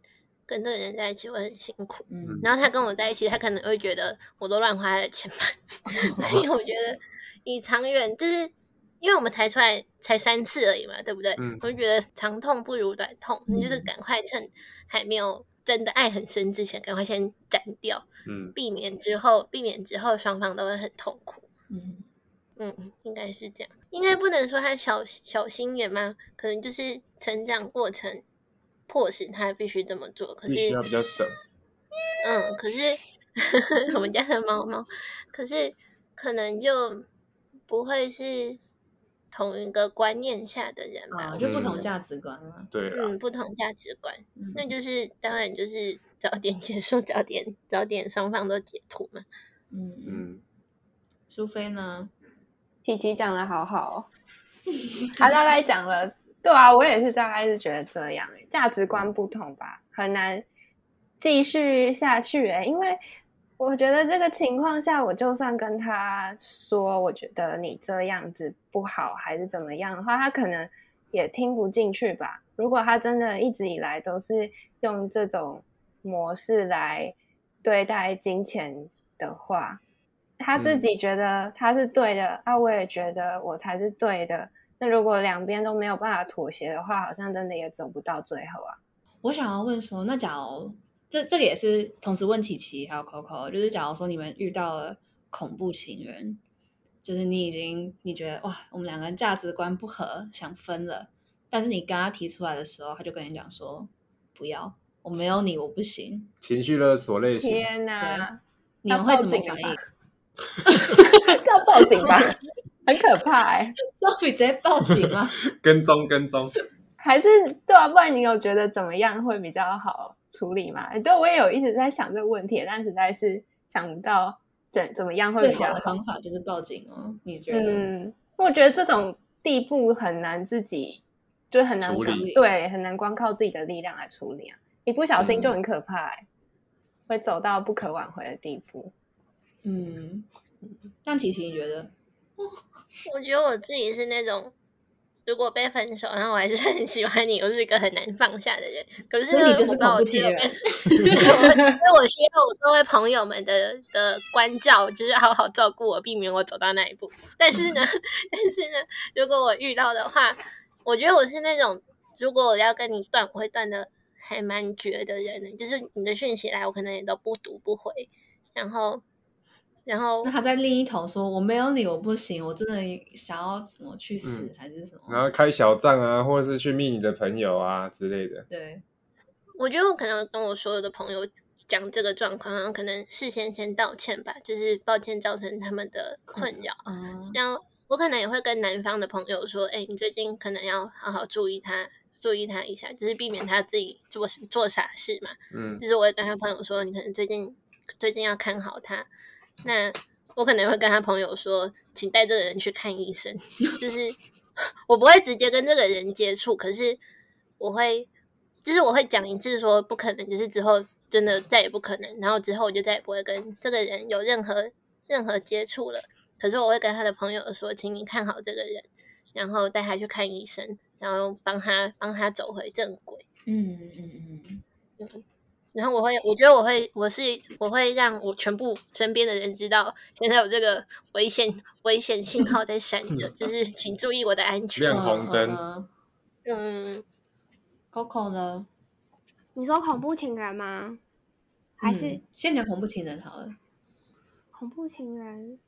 跟这个人在一起会很辛苦。
嗯
嗯，
然后他跟我在一起，他可能会觉得我都乱花他的钱吧。 所以我觉得以长远，就是因为我们才出来才三次而已嘛，对不对？
嗯
我就觉得长痛不如短痛，你就是赶快趁还没有真的爱很深之前，赶快先斩掉，
嗯，
避免之后避免之后双方都会很痛苦。
嗯，
嗯，应该是这样，应该不能说他小小心眼吗？可能就是成长过程迫使他必须这么做。可
必须
是
要比较省，
嗯，可是 我们家的猫猫，可是可能就不会是同一个观念下的人吧？
啊，
我
就
觉
不
嗯
同
得
价值观了。
对啊，
嗯，不同价值观，
嗯
那就是当然就是早点 结束，早点早点双方都解脱嘛。
嗯嗯，
嗯，
苏菲呢？
琪琪讲的好好、哦，他大概讲了，对啊，我也是大概是觉得这样、欸，价值观不同吧，很难继续下去、欸，因为我觉得这个情况下，我就算跟他说，我觉得你这样子不好，还是怎么样的话，他可能也听不进去吧。如果他真的一直以来都是用这种模式来对待金钱的话，他自
嗯
己觉得他是对的，啊，我也觉得我才是对的。那如果两边都没有办法妥协的话，好像真的也走不到最后啊。
我想要问说，那假如这这个也是同时问琪琪还有 Coco，就是假如说你们遇到了恐怖情人，就是你已经你觉得哇，我们两个人价值观不合，想分了，但是你跟他提出来的时候，他就跟你讲说不要，我没有你我不行，
情绪勒索类型，
天哪，
你
要
们会
报
怎么
警了
反应
吧这要报警吧， 很可怕哎、
？Sophie 直接 报警吗？
跟踪跟踪，
还是对啊，不然你有觉得怎么样会比较好处理吗？哎对我也有一直在想这个问题，但实在是想不到怎怎么样会
最
比
好
较
的
好。
方法就是报警哦，你觉得？
嗯，我觉得这种地步很难自己，就很难
处
光
理
对，很难光靠自己的力量来处理啊，一不小心就
嗯
很可怕、欸，会走到不可挽回的地步。
嗯，那琪琪你觉
嗯
得？
我觉得我自己是那种。如果被分手，然后我还是很喜欢你，我是一个很难放下的人。可是
那
呢
你就是
我到
恐怖
我只
情
有
人
被。所以我需要我各位朋友们的的关照，就是好好照顾我，避免我走到那一步。但是呢，
嗯
但是呢，如果我遇到的话，我觉得我是那种，如果我要跟你断，我会断的还蛮绝的人呢。就是你的讯息来，我可能也都不读不回，然后，然后
那他在另一头说：“我没有你，我不行，我真的想要什么去死、
嗯
还是什么？”
然后开小账啊，或者是去密你的朋友啊之类的，
对，
我觉得我可能跟我所有的朋友讲这个状况，然后可能事先先道歉吧，就是抱歉造成他们的困扰。
啊、
然后我可能也会跟男方的朋友说，哎、你最近可能要好好注意他，注意他一下，就是避免他自己做做傻事嘛。
嗯
就是我会跟他朋友说，你可能最近最近要看好他。那我可能会跟他朋友说，请带这个人去看医生。 就是我不会直接跟这个人接触，可是我会，就是我会讲一次说不可能，就是之后真的再也不可能。然后之后我就再也不会跟这个人有任何任何接触了。可是我会跟他的朋友说，请你看好这个人，然后带他去看医生，然后帮他帮他走回正轨。
嗯嗯嗯嗯，
然后我会，我觉得我会，我是我会让我全部身边的人知道，现在有这个危险危险信号在闪着，就是请注意我的安全
亮。红灯
嗯嗯嗯
嗯，
Coco 呢？
你说恐怖情人吗？还是
嗯嗯先讲恐怖情人好了。
恐怖情人？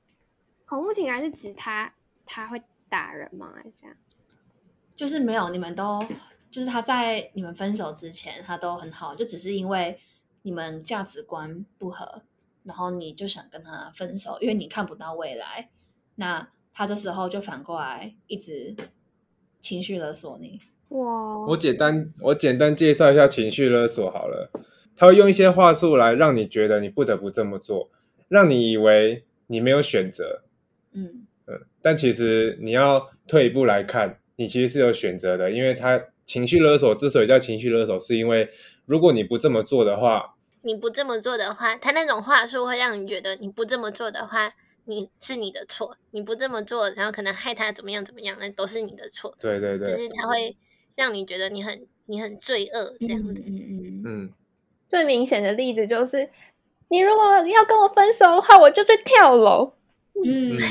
恐怖情人是指他他会打人吗？还是这样？
就是没有，你们都就是他在你们分手之前，他都很好，就只是因为你们价值观不合，然后你就想跟他分手，因为你看不到未来。那他这时候就反过来一直情绪勒索你，
我
我简单我简单介绍一下情绪勒索好了，他会用一些话术来让你觉得你不得不这么做，让你以为你没有选择，
嗯，
嗯，但其实你要退一步来看，你其实是有选择的，因为他情绪勒索之所以叫情绪勒索，是因为如果你不这么做的话，
你不这么做的话，他那种话术会让你觉得你不这么做的话，你是你的错，你不这么做，然后可能害他怎么样怎么样，那都是你的错。
对对
就
对，
是他会让你觉得你很你很罪恶
这
这样
样
子。
子，嗯嗯嗯，
嗯，
最明显的例子就是，你如果要跟我分手的话，我就去跳楼，
嗯
嗯，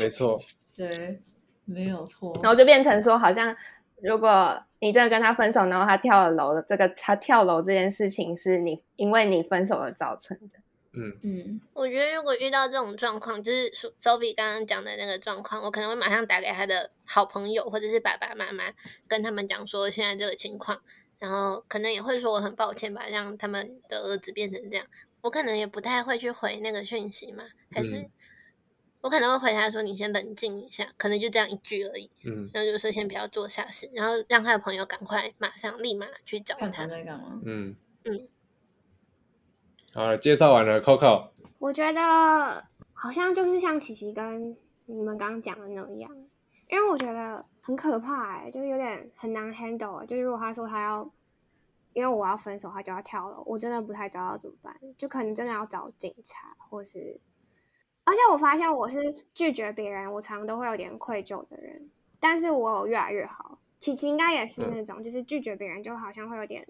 没错，
对，没有错，
然后就变成说，好像如果你真的跟他分手，然后他跳了楼，这个他跳楼这件事情是你因为你分手而造成的。
嗯，
嗯，
我觉得如果遇到这种状况，就是说 Sophie 刚刚讲的那个状况，我可能会马上打给他的好朋友或者是爸爸妈妈，跟他们讲说现在这个情况，然后可能也会说我很抱歉吧，让他们的儿子变成这样。我可能也不太会去回那个讯息嘛，还是、
嗯
我可能会回他说你先冷静一下，可能就这样一句而已，
嗯
然后就说先不要做傻事，然后让他的朋友赶快马上立马去找
看他
他。
在干嘛，
嗯
嗯，
好了，介绍完了，Coco，
我觉得好像就是像琪琪跟你们刚刚讲的那样，因为我觉得很可怕、欸，就是有点很难 handle、欸。就如果他说他要，因为我要分手，他就要跳楼，我真的不太知道要怎么办，就可能真的要找警察，或是……而且我发现我是拒绝别人，我常常都会有点愧疚的人，但是我有越来越好。琪琪应该也
嗯
是那种，就是拒绝别人就好像会有点，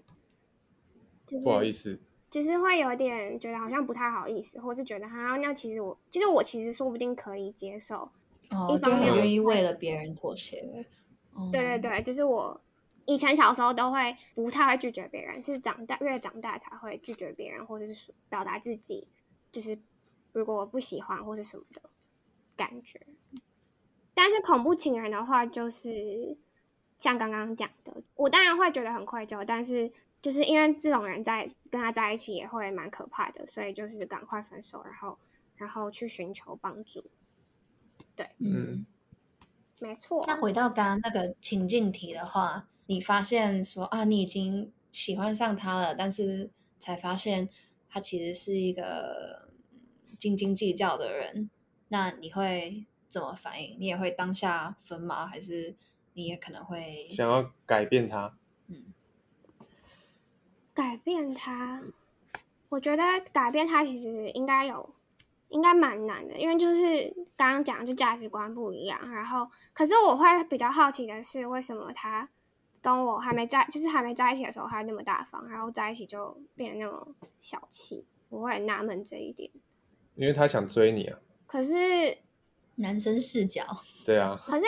就是
不好意思，
就是会有点觉得好像不太好意思，或是觉得哈，那其实我，其实我其实说不定可以接受。
哦，
一
就
方
很
面
愿意
我
为
还
了
是
别人妥协，哦
对对，对，就是我以前小时候都会不太会拒绝别人，是长大越长大才会拒绝别人，或者是说表达自己，就是如果我不喜欢或是什么的感觉。但是恐怖情人的话，就是像刚刚讲的，我当然会觉得很愧疚，但是就是因为这种人在跟他在一起也会蛮可怕的，所以就是赶快分手，然后然后去寻求帮助。
嗯。
没错，
那回到刚刚那个情境题的话，你发现说啊，你已经喜欢上他了，但是才发现他其实是一个嗯斤斤计较的人，那你会怎么反应？你也会当下分吗？还是你也可能会
想要改变他，
嗯
改变他，我觉得改变他其实应该有，应该蛮难的，因为就是刚刚讲，就价值观不一样。然后，可是我会比较好奇的是，为什么他跟我还没在，就是还没在一起的时候，他那么大方，然后在一起就变得那么小气，我会很纳闷这一点。
因为他想追你啊，
可是，
男生视角？
对啊，
可是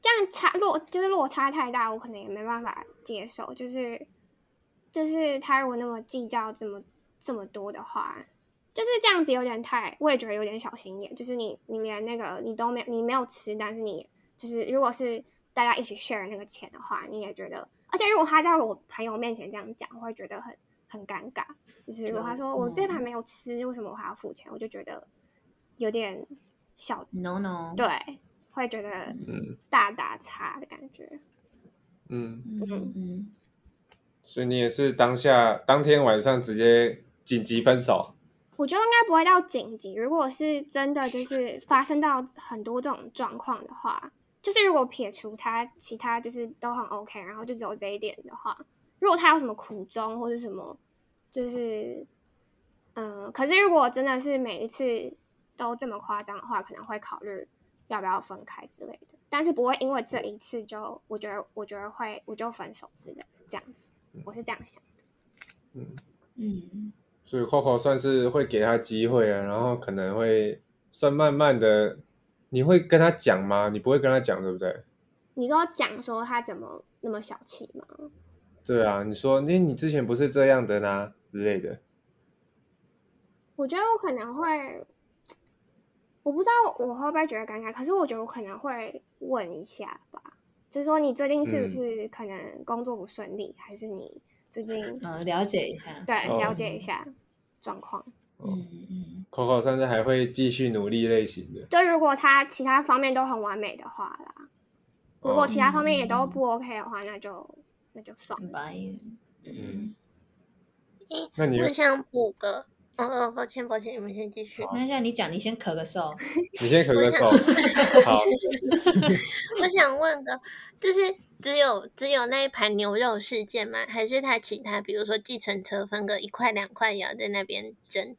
这样差落就是落差太大，我可能也没办法接受。就是就是他如果那么计较这么这么多的话，就是这样子有点太，我也觉得有点小心眼。就是你你连那个你都没有你没有吃，但是你就是如果是大家一起 share 那个钱的话，你也觉得，而且如果他在我朋友面前这样讲，我会觉得很很尴尬。就是如果他
有
说我这盘
嗯
没有吃，为什么我还要付钱？我就觉得有点小
No no，，
对，会觉得
嗯
大打叉的感觉。
嗯，
嗯嗯，
所以你也是当下当天晚上直接紧急分手，
我觉得应该不会到紧急，如果是真的就是发生到很多这种状况的话，就是如果撇除他其他就是都很 OK，然后就只有这一点的话，如果他有什么苦衷或是什么，就是嗯、呃可是如果真的是每一次都这么夸张的话，可能会考虑要不要分开之类的，但是不会因为这一次就我觉得我觉得会我就分手之类的这样子，我是这样想。
嗯，
嗯，
所以 Coco 算是会给他机会啊，然后可能会算慢慢的，你会跟他讲吗？你不会跟他讲，对不对？
你说讲说他怎么那么小气吗？
对啊，你说，那你之前不是这样的啦之类的，
我觉得我可能会，我不知道我会不会觉得尴尬，可是我觉得我可能会问一下吧，就是说你最近是不
嗯
是可能工作不顺利，还是你最近
嗯，了解一下。
对
哦
了解一下状况。
嗯
嗯嗯，
，Coco 算是还会继续努力类型的。
就如果他其他方面都很完美的话啦，如果
哦
其他方面也都
嗯
不 OK 的话，那就那就算
很
了。
白。
嗯
嗯，
那你
我想补个，嗯嗯，抱歉抱歉，你们先继续。
那现在你讲，你先咳个嗽。
你先咳个嗽，好，
我想问个，就是只有只有那一盘牛肉事件吗？还是他其他，比如说计程车分个一块两块也要在那边争？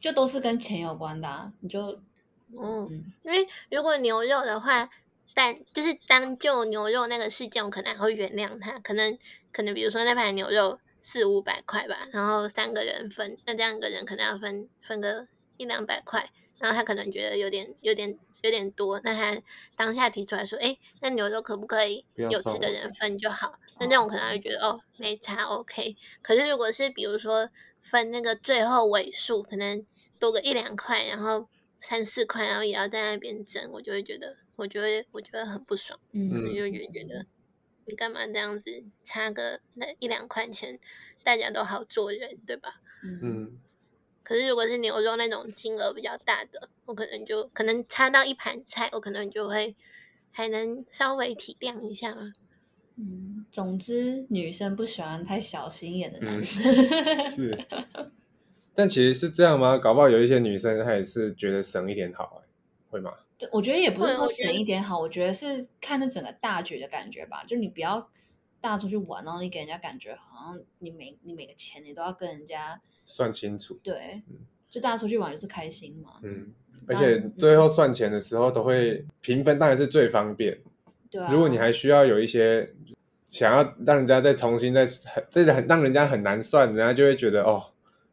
就都是跟钱有关的、啊，你就
嗯
嗯，
因为如果牛肉的话，但就是单就牛肉那个事件，我可能还会原谅他。可能可能比如说那盘牛肉四五百块吧，然后三个人分，那这样一个人可能要分分个一两百块，然后他可能觉得有点有点有点多，那他当下提出来说，哎，那牛肉可不可以
不要
有
算
吃的
我
人分就好？那这样我可能会觉得哦，没差，OK。可是如果是比如说分那个最后尾数，可能多个一两块，然后三四块，然后也要在那边争，我就会觉得，我就会我就会很不爽，
嗯
我就会觉得你干嘛这样子差个那一两块钱，大家都好做人，对吧？
嗯
嗯，
可是如果是牛肉那种金额比较大的，我可能就可能差到一盘菜，我可能就会还能稍微体谅一下嘛。
嗯，总之女生不喜欢太小心眼的男
嗯
生。
是。但其实是这样吗？搞不好有一些女生她也是觉得省一点好、欸，会吗？
对我觉得也不是
会
说
我觉
省
得
一点好，我觉得是看那整个大局的感觉吧。就你不要大出去玩，然后你给人家感觉好像你每你每个钱你都要跟人家
算清楚，
对
嗯，
就大家出去玩就是开心嘛，
嗯。而且最后算钱的时候都会平分，当然是最方便。
对啊。
如果你还需要有一些想要让人家再重新再很这很让人家很难算，人家就会觉得哦，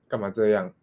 干嘛这样？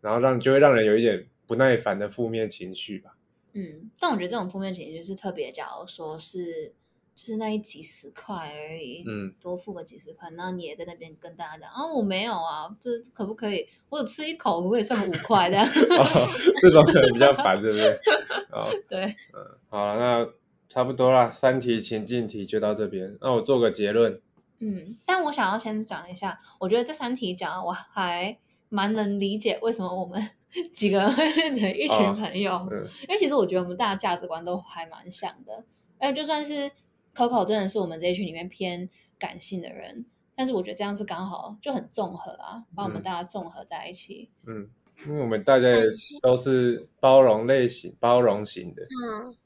然后让就会让人有一点不耐烦的负面情绪吧。
嗯，但我觉得这种负面情绪是特别，假如说是就是那一几十块而已，
嗯，
多付个几十块，那你也在那边跟大家讲啊，我没有啊，这可不可以？我有吃一口，我也算个五块这样。
哦， 这种可能比较烦，对不对？ 哦，
对，
嗯，好了，那差不多啦，三题情境题就到这边。那我做个结论，
嗯，但我想要先讲一下，我觉得这三题讲完我还蛮能理解为什么我们 几个人会变成一
哦
群朋友，
嗯
因为其实我觉得我们大家价值观都还蛮像的，而且就算是 Coco 真的是我们这一群里面偏感性的人，但是我觉得这样是刚好就很综合啊，把我们
嗯
大家综合在一起。
嗯，因为我们大家也都是包容类型、包容型的，
嗯，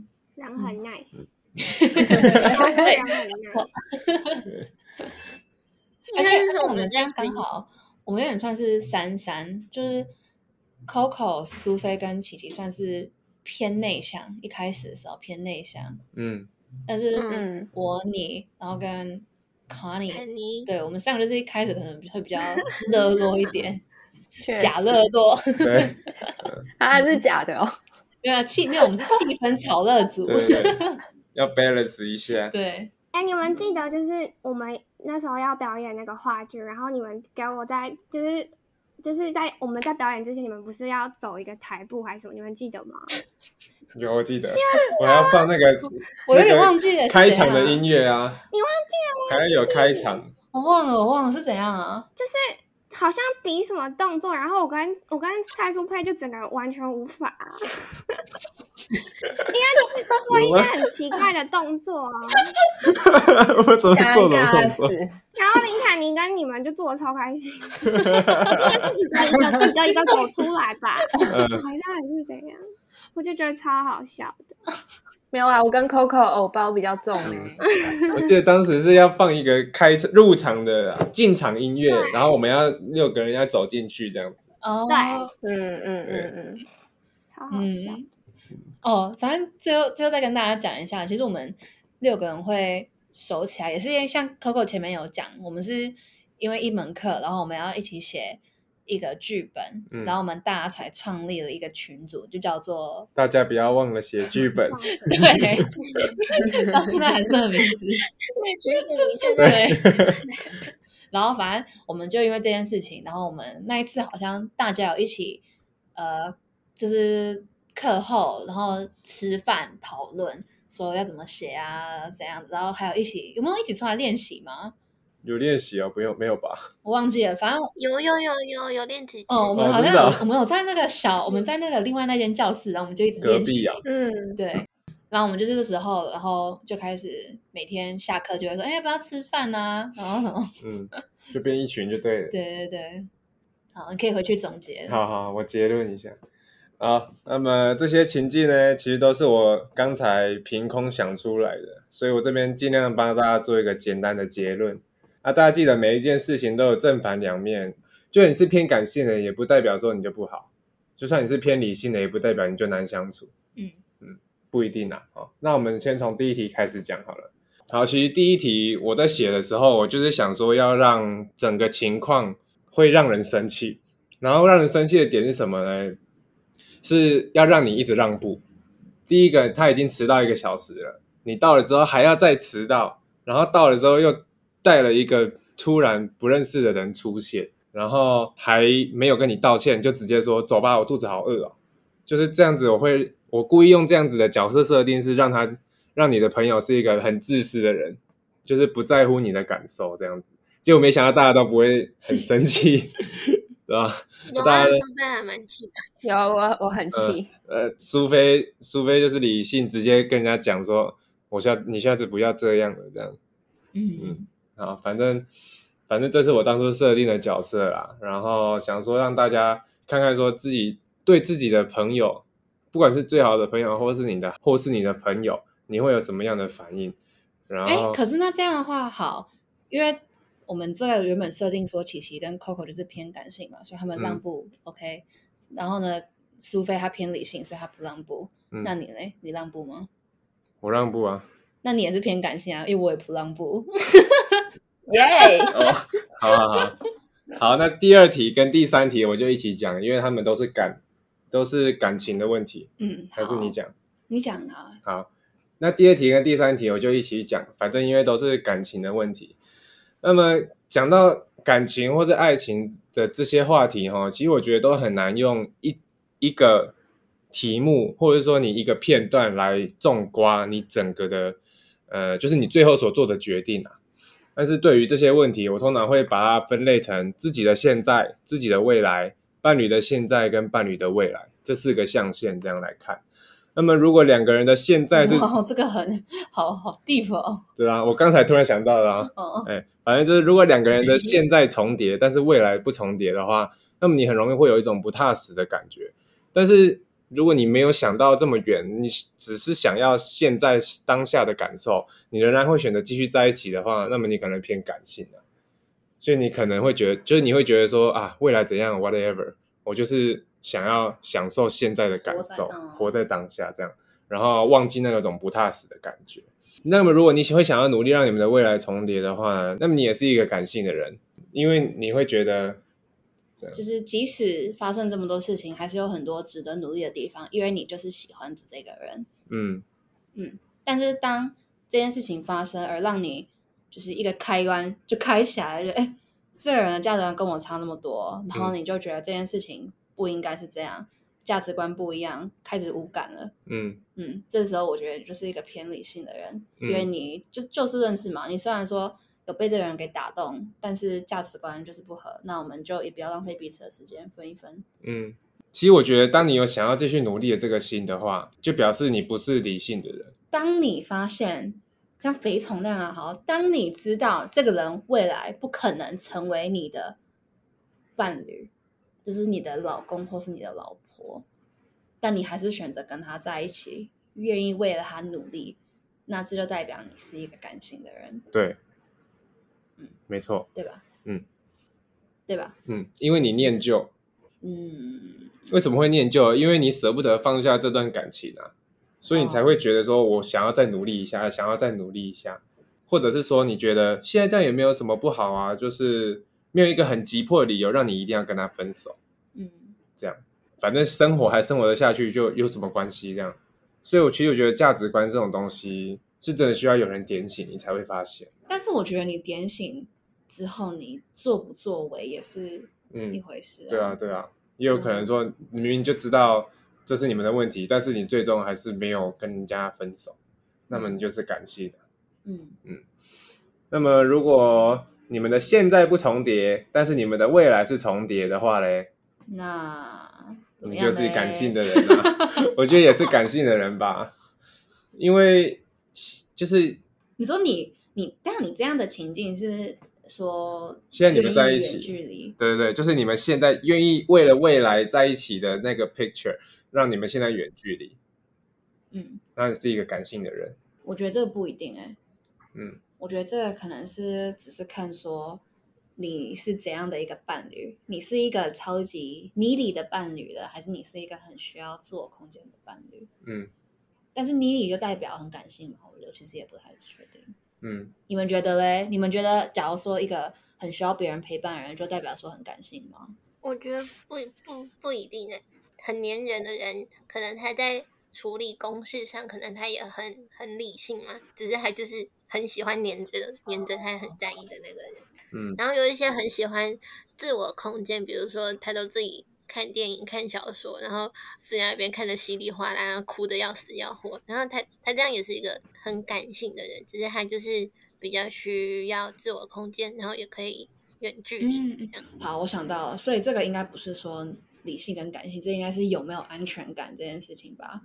嗯，
人很 nice，然后
对
人很 nice，
而且
应该
而
是
且
我
我们
们
这样刚
群
好，我们有点算是三三，就是 Coco、苏菲跟琪琪算是偏内向，一开始的时候偏内向，
嗯
但是
嗯
我、你，然后跟 Connie，
肯尼，
对我们三个就是一开始可能会比较热络一点，
确
假
实
热络，
对
啊是假 的哦，
没有啊气，没有，我们是气氛炒热组，
对 对，要 balance 一下，
对，
哎、你们记得就是我们那时候要表演那个话剧，然后你们给我在就是就是在我们在表演之前，你们不是要走一个台步还是什么？你们记得吗？
有我记得，我还要放那个
我有
那
点
个
忘记了是
开
怎
场的
样啊
音乐啊，
你忘
还要有开场，
我忘了，我忘了是怎样啊？
就是好像比什么动作，然后我跟我跟蔡淑佩就整个完全无法，啊因为就是做一些很奇怪的动作啊。
我怎么
尴
做怎么
尬
动
死
作，，
然后林凯妮跟你们就做的超开心，应该是一个一个一个一个走出来吧，
嗯
好像是怎样，我就觉得超好笑的。
没有啊，我跟 Coco 偶包比较
嗯
重哎、
我记得当时是要放一个开场入场的进场音乐，然后我们要六个人要走进去这样子。
哦，
对
嗯嗯嗯嗯，
超好笑。，
嗯，哦，反正最后最后再跟大家讲一下，其实我们六个人会熟起来，也是因为像 Coco 前面有讲，我们是因为一门课，然后我们要一起写一个剧本，
嗯
然后我们大家才创立了一个群组，就叫 做
大家不要忘了写剧本
对，
对， 到现在还是这个名字，
对，群主名称
对。 然后反正我们就因为这件事情，然后我们那一次好像大家有一起，呃，就是课后，然后吃饭讨论说要怎么写啊，怎样，然后还有一起有没有一起出来练习吗？
有练习啊？没有没有吧？
我忘记了，反正
有有有有有练几次，
哦，我们
哦
好
真
像
的
有、
啊
我们有在那个小，我们在那个另外那间教室，然后我们就一直
隔
练
壁
习。
啊
嗯，
对，然后我们就这个时候，然后就开始每天下课就会说，哎，要不要吃饭啊？然后什么？
嗯，就变一群就对了。
对对对，好，你可以回去总结。
好好，我结论一下。好，那么这些情境呢，其实都是我刚才凭空想出来的，所以我这边尽量帮大家做一个简单的结论。那大家记得，每一件事情都有正反两面，就你是偏感性的，也不代表说你就不好；就算你是偏理性的，也不代表你就难相处。
嗯
不一定啊。好，那我们先从第一题开始讲好了。好，其实第一题我在写的时候，我就是想说要让整个情况会让人生气，然后让人生气的点是什么呢？是要让你一直让步。第一个，他已经迟到一个小时了，你到了之后还要再迟到，然后到了之后又带了一个突然不认识的人出现，然后还没有跟你道歉，就直接说走吧，我肚子好饿哦。就是这样子，我会我故意用这样子的角色设定，是让他让你的朋友是一个很自私的人，就是不在乎你的感受这样子。结果没想到大家都不会很生气， 对吧？
有
大
啊，
家
说的还蛮气的。
有我我很气，
呃，苏菲，苏菲就是理性，直接跟人家讲说，我下你下次不要这样了，这样
嗯
啊，反正反正这是我当初设定的角色啦，然后想说让大家看看说自己对自己的朋友，不管是最好的朋友，或是你的或是你的朋友，你会有怎么样的反应？然
哎、
后
可是那这样的话好，因为我们这个原本设定说琪琪跟 Coco 就是偏感性嘛，所以他们让
嗯
步、OK。然后呢，苏菲她偏理性，所以她不让步。
嗯
那你嘞？你让步吗？
我让步啊，
那你也是偏感性啊，因为我也不让步。
耶，
哦，好好好，好，那第二题跟第三题我就一起讲，因为他们都是感都是感情的问题，
嗯，
还是
好
你讲？
你讲啊，
好，那第二题跟第三题我就一起讲，反正因为都是感情的问题。那么讲到感情或是爱情的这些话题哈，其实我觉得都很难用一一个题目或者说你一个片段来纵刮你整个的呃，就是你最后所做的决定啊。但是对于这些问题，我通常会把它分类成自己的现在、自己的未来、伴侣的现在跟伴侣的未来这四个象限这样来看。那么，如果两个人的现在是，
哇，这个很好好 deep 哦，
对啊，我刚才突然想到的啊，
哦，
哎，反正就是如果两个人的现在重叠，但是未来不重叠的话，那么你很容易会有一种不踏实的感觉。但是如果你没有想到这么远，你只是想要现在当下的感受，你仍然会选择继续在一起的话，那么你可能偏感性了、所以你可能会觉得，就是你会觉得说啊，未来怎样，whatever，我就是想要享受现在的感受，
活在嗯
活在当下这样，然后忘记那种不踏实的感觉。那么，如果你会想要努力让你们的未来重叠的话呢，那么你也是一个感性的人，因为你会觉得，
就是即使发生这么多事情，还是有很多值得努力的地方，因为你就是喜欢这个人。
嗯，
但是当这件事情发生，而让你就是一个开关就开起来了，就哎，这个人的价值观跟我差那么多，然后
嗯
你就觉得这件事情不应该是这样，价值观不一样，开始无感了。
嗯
嗯，这时候我觉得你就是一个偏理性的人，因为
嗯
你就就事论事嘛。你虽然说有被这个人给打动，但是价值观就是不合，那我们就也不要浪费彼此的时间，分一分。
嗯。其实我觉得，当你有想要继续努力的这个心的话，就表示你不是理性的人。
当你发现像肥虫那样啊，好，当你知道这个人未来不可能成为你的伴侣，就是你的老公或是你的老婆，但你还是选择跟他在一起，愿意为了他努力，那这就代表你是一个感性的人，
对
嗯，
没错，
对吧？
嗯，
对吧？
嗯，因为你念旧，
嗯，
为什么会念旧？因为你舍不得放下这段感情啊，所以你才会觉得说我想要再努力一下，想要再努力一下，或者是说你觉得现在这样也没有什么不好啊，就是没有一个很急迫的理由让你一定要跟他分手。
嗯，
这样，反正生活还生活得下去，就有什么关系这样。所以我其实我觉得价值观这种东西是真的需要有人点醒你才会发现。
但是我觉得你点醒之后，你做不作为也是一
嗯，
回事、
啊
嗯
对啊，对啊，也有可能说你明明就知道这是你们的问题，但是你最终还是没有跟人家分手，那么你就是感性的。
嗯，
那么如果你们的现在不重叠，但是你们的未来是重叠的话嘞，
那怎么
你
样
就是
嘞
感性的人啊， 我觉得也是感性的人吧，因为就是
你说你你，但你这样的情境是说
现在你们
愿意
在一
远
起
距离，
对对对，就是你们现在愿意为了未来在一起的那个 picture，让你们现在远距离，
嗯，
那你是一个感性的人，
我觉得这个不一定哎、
嗯，
我觉得这个可能是只是看说你是怎样的一个伴侣，你是一个超级你里的伴侣的，还是你是一个很需要自我空间的伴侣？
嗯
但是你里就代表很感性嘛，我觉得其实也不太确定。
嗯，
你们觉得嘞？你们觉得，假如说一个很需要别人陪伴的人，就代表说很感性吗？
我觉得不不不一定呢。很粘人的人，可能他在处理公事上，可能他也很很理性嘛，只是他就是很喜欢黏着黏着他很在意的那个人。
嗯
然后有一些很喜欢自我空间，比如说他都自己看电影、看小说，然后自己在那边看的稀里哗啦，哭的要死要活。然后他他这样也是一个很感性的人，只是他就是比较需要自我空间，然后也可以远距离。
嗯，好，我想到了，所以这个应该不是说理性跟感性，这应该是有没有安全感这件事情吧？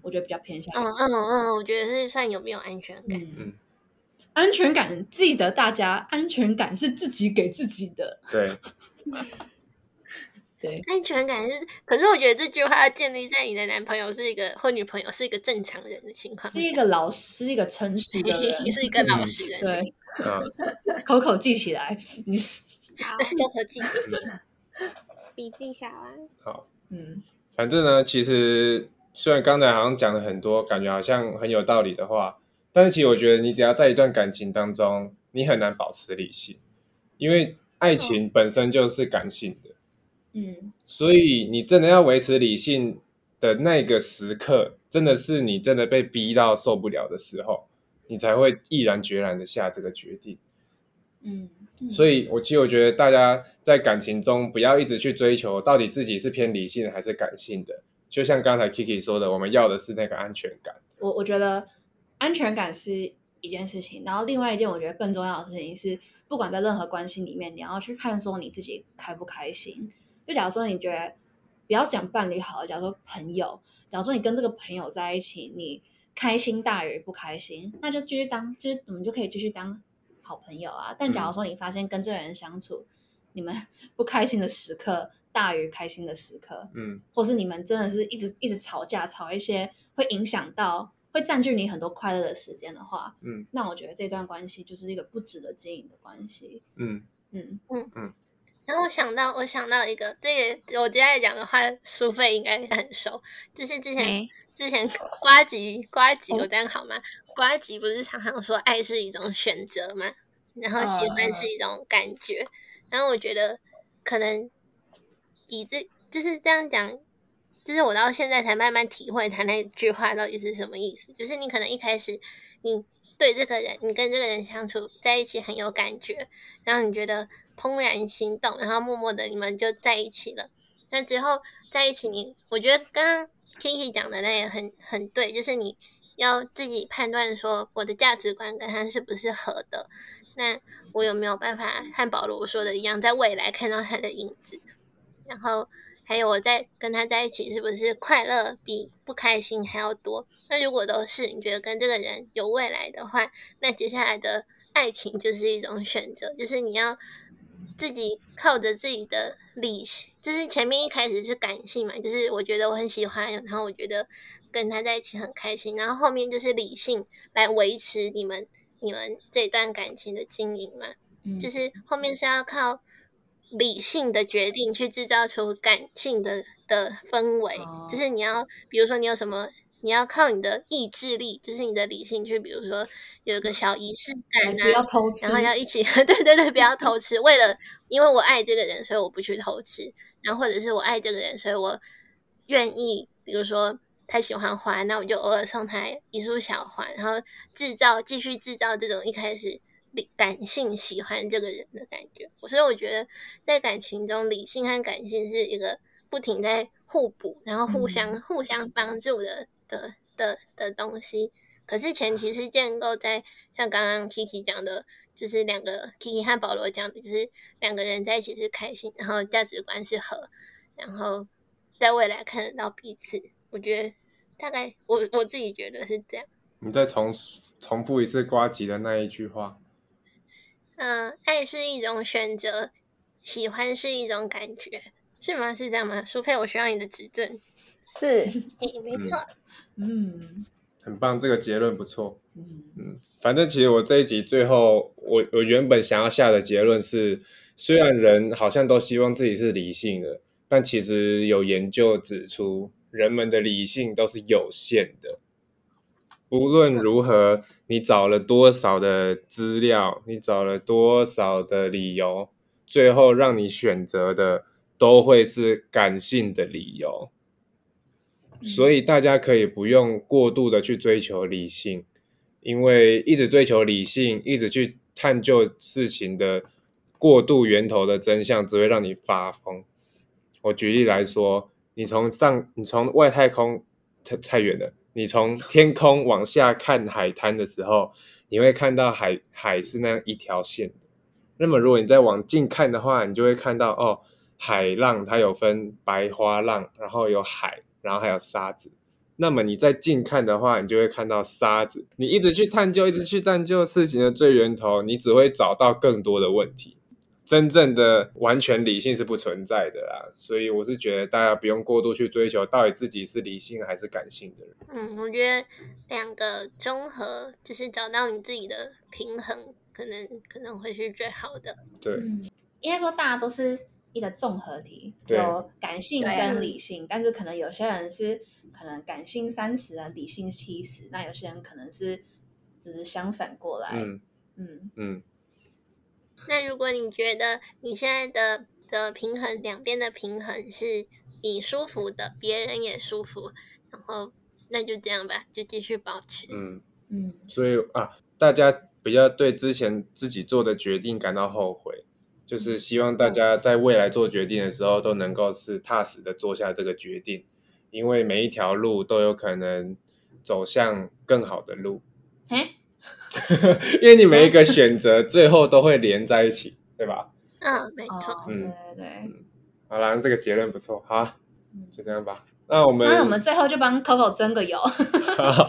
我觉得比较偏向
嗯嗯嗯，我觉得是算有没有安全感。
嗯
嗯，安全感，记得大家，安全感是自己给自己的。
对，
对，
安全感是，可是我觉得这句话建立在你的男朋友是一个或女朋友是一个正常人的情况下，，
是一个老师，是一个诚实的人
是一个老
嗯
实人的
对
情，
啊，
口口记起来。你
好，
况，都和自己
笔记下来。
嗯，
反正呢，其实虽然刚才好像讲了很多，感觉好像很有道理的话，但是其实我觉得你只要在一段感情当中，你很难保持理性，因为爱情本身就是感性的，
嗯，
所以你真的要维持理性的那个时刻，真的是你真的被逼到受不了的时候，你才会毅然决然的下这个决定。
嗯，
所以，我其实我觉得大家在感情中不要一直去追求到底自己是偏理性还是感性的。就像刚才 Kiki 说的，我们要的是那个安全感。
我我觉得安全感是一件事情，然后另外一件我觉得更重要的事情是，不管在任何关系里面，你要去看说你自己开不开心。就假如说你觉得，不要讲伴侣好了，假如说朋友，假如说你跟这个朋友在一起，你开心大于不开心，那就继续当，就是我们就可以继续当好朋友啊。但假如说你发现跟这个人相处，你们 不开心的时刻大于开心的时刻，
嗯
或是你们真的是一直一直吵架，吵一些会影响到、会占据你很多快乐的时间的话，
嗯，
那我觉得这段关系就是一个不值得经营的关系。
嗯，
嗯，
然后我想到，我想到一个，这个我接下来讲的话，苏菲应该很熟，就是之前、
没
之前瓜吉瓜吉，我这样好吗？瓜吉不是常常说爱是一种选择嘛，然后喜欢是一种感觉，然后我觉得可能以这就是这样讲，就是我到现在才慢慢体会他那句话到底是什么意思。就是你可能一开始你对这个人，你跟这个人相处在一起很有感觉，然后你觉得怦然心动，然后默默的你们就在一起了。那之后在一起你，我觉得刚刚 Kiki 讲的那也很很对，就是你要自己判断说我的价值观跟他是不是合的，那我有没有办法和保罗说的一样，在未来看到他的影子？然后还有我在跟他在一起是不是快乐比不开心还要多？那如果都是你觉得跟这个人有未来的话，那接下来的爱情就是一种选择，就是你要自己靠着自己的理性，就是前面一开始是感性嘛，就是我觉得我很喜欢，然后我觉得跟他在一起很开心，然后后面就是理性来维持你们你们这段感情的经营嘛。就
嗯
是后面是要靠理性的决定去制造出感性的的氛围，就
哦
是你要，比如说你有什么，你要靠你的意志力，就是你的理性去，比如说有一个小仪式感
哎不要
啊，
偷吃
然，后要一起， 对对对，不要偷吃。为了因为我爱这个人，所以我不去偷吃，然后或者是我爱这个人，所以我愿意，比如说。他喜欢花，那我就偶尔送他一束小花，然后制造继续制造这种一开始理感性喜欢这个人的感觉。所以我觉得在感情中，理性和感性是一个不停在互补，然后
嗯
互相、互相帮助的的的的东西。可是前提是建构在像刚刚 Kiki 讲的，就是两个 Kiki 和保罗讲的，就是两个人在一起是开心，然后价值观是合，然后在未来看得到彼此。我觉得大概我我自己觉得是这样。
你再重重复一次瓜吉的那一句话。
嗯、爱是一种选择，喜欢是一种感觉，是吗？是这样吗？苏佩，我需要你的指正。
是
你没错，
嗯
很棒，这个结论不错。
嗯
反正其实我这一集最后，我我原本想要下的结论是，虽然人好像都希望自己是理性的，但其实有研究指出，人们的理性都是有限的。无论如何，你找了多少的资料，你找了多少的理由，最后让你选择的都会是感性的理由。所以大家可以不用过度的去追求理性，因为一直追求理性，一直去探究事情的过度源头的真相，只会让你发疯。我举例来说，你从上，你从外太空太太远了，你从天空往下看海滩的时候，你会看到海海是那样一条线的。那么如果你再往近看的话，你就会看到哦，海浪它有分白花浪，然后有海，然后还有沙子。那么你再近看的话，你就会看到沙子。你一直去探究，一直去探究事情的最源头，你只会找到更多的问题。真正的完全理性是不存在的啦，所以我是觉得大家不用过度去追求到底自己是理性还是感性的人。
嗯，我觉得两个综合就是找到你自己的平衡，可能可能会是最好的。
对，
嗯，应该说大家都是一个综合体，
对
有感性
对
啊
跟理性，但是可能有些人是可能感性三十啊，理性七十，那有些人可能是就是相反过来，
嗯
嗯
嗯，
那如果你觉得你现在的的平衡，两边的平衡是你舒服的，别人也舒服，然后那就这样吧，就继续保持。
嗯，
嗯
所以啊，大家不要对之前自己做的决定感到后悔，
嗯
就是希望大家在未来做决定的时候都能够是踏实的做下这个决定，因为每一条路都有可能走向更好的路，
哎，
因为你每一个选择最后都会连在一起，对吧？
嗯，没错。
哦，对
嗯
对对，
好啦，这个结论不错，好，
嗯
就这样吧。那我们，
那我们最后就帮 Coco 争个油，
好，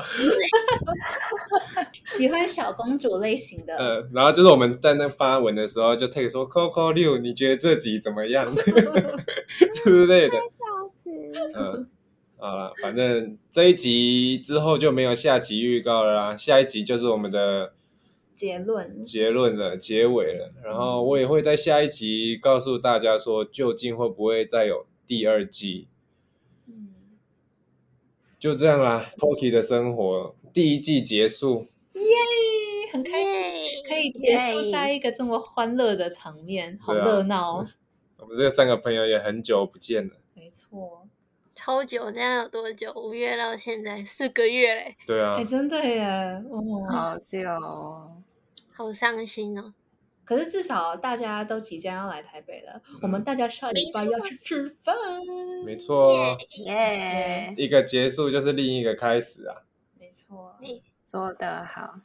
喜欢小公主类型的，
呃，然后就是我们在那发文的时候，就 take 说 Coco 六，你觉得这集怎么样 之类的，
笑死！
嗯，好了，反正这一集之后就没有下集预告了啦，下一集就是我们的
结论，
结论了，结尾了。然后我也会在下一集告诉大家说，究竟会不会再有第二季。
嗯，
就这样啦，Pocky 的生活第一季结束，
耶，很开心。
耶
可以结束
耶
在一个这么欢乐的场面，好
对啊
热闹、哦。
我们这三个朋友也很久不见了。
没错，
超久，这样有多久？五月到现在四个月嘞，
对啊
哎、，真的耶，哦。
好久哦，
好伤心哦！
可是至少大家都即将要来台北了，我们大家下礼拜
没错
要去吃饭。
没错，哦
耶，
一个结束就是另一个开始啊。
没错，
说得好，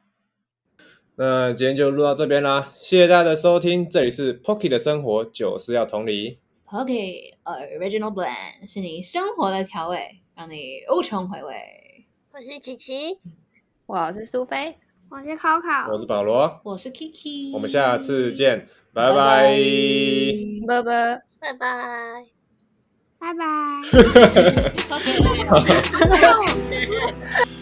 那今天就录到这边啦，谢谢大家的收听，这里是 Pocky 的生活，就是要同理。
OK Original Blend 是你生活的调味，让你无穷回味。
我是琪琪，
我是苏菲，
我是 Coco，
我是保罗，
我是 Kiki，
我们下次，见，拜
拜
拜
拜拜。
拜拜。
拜拜。
拜
那我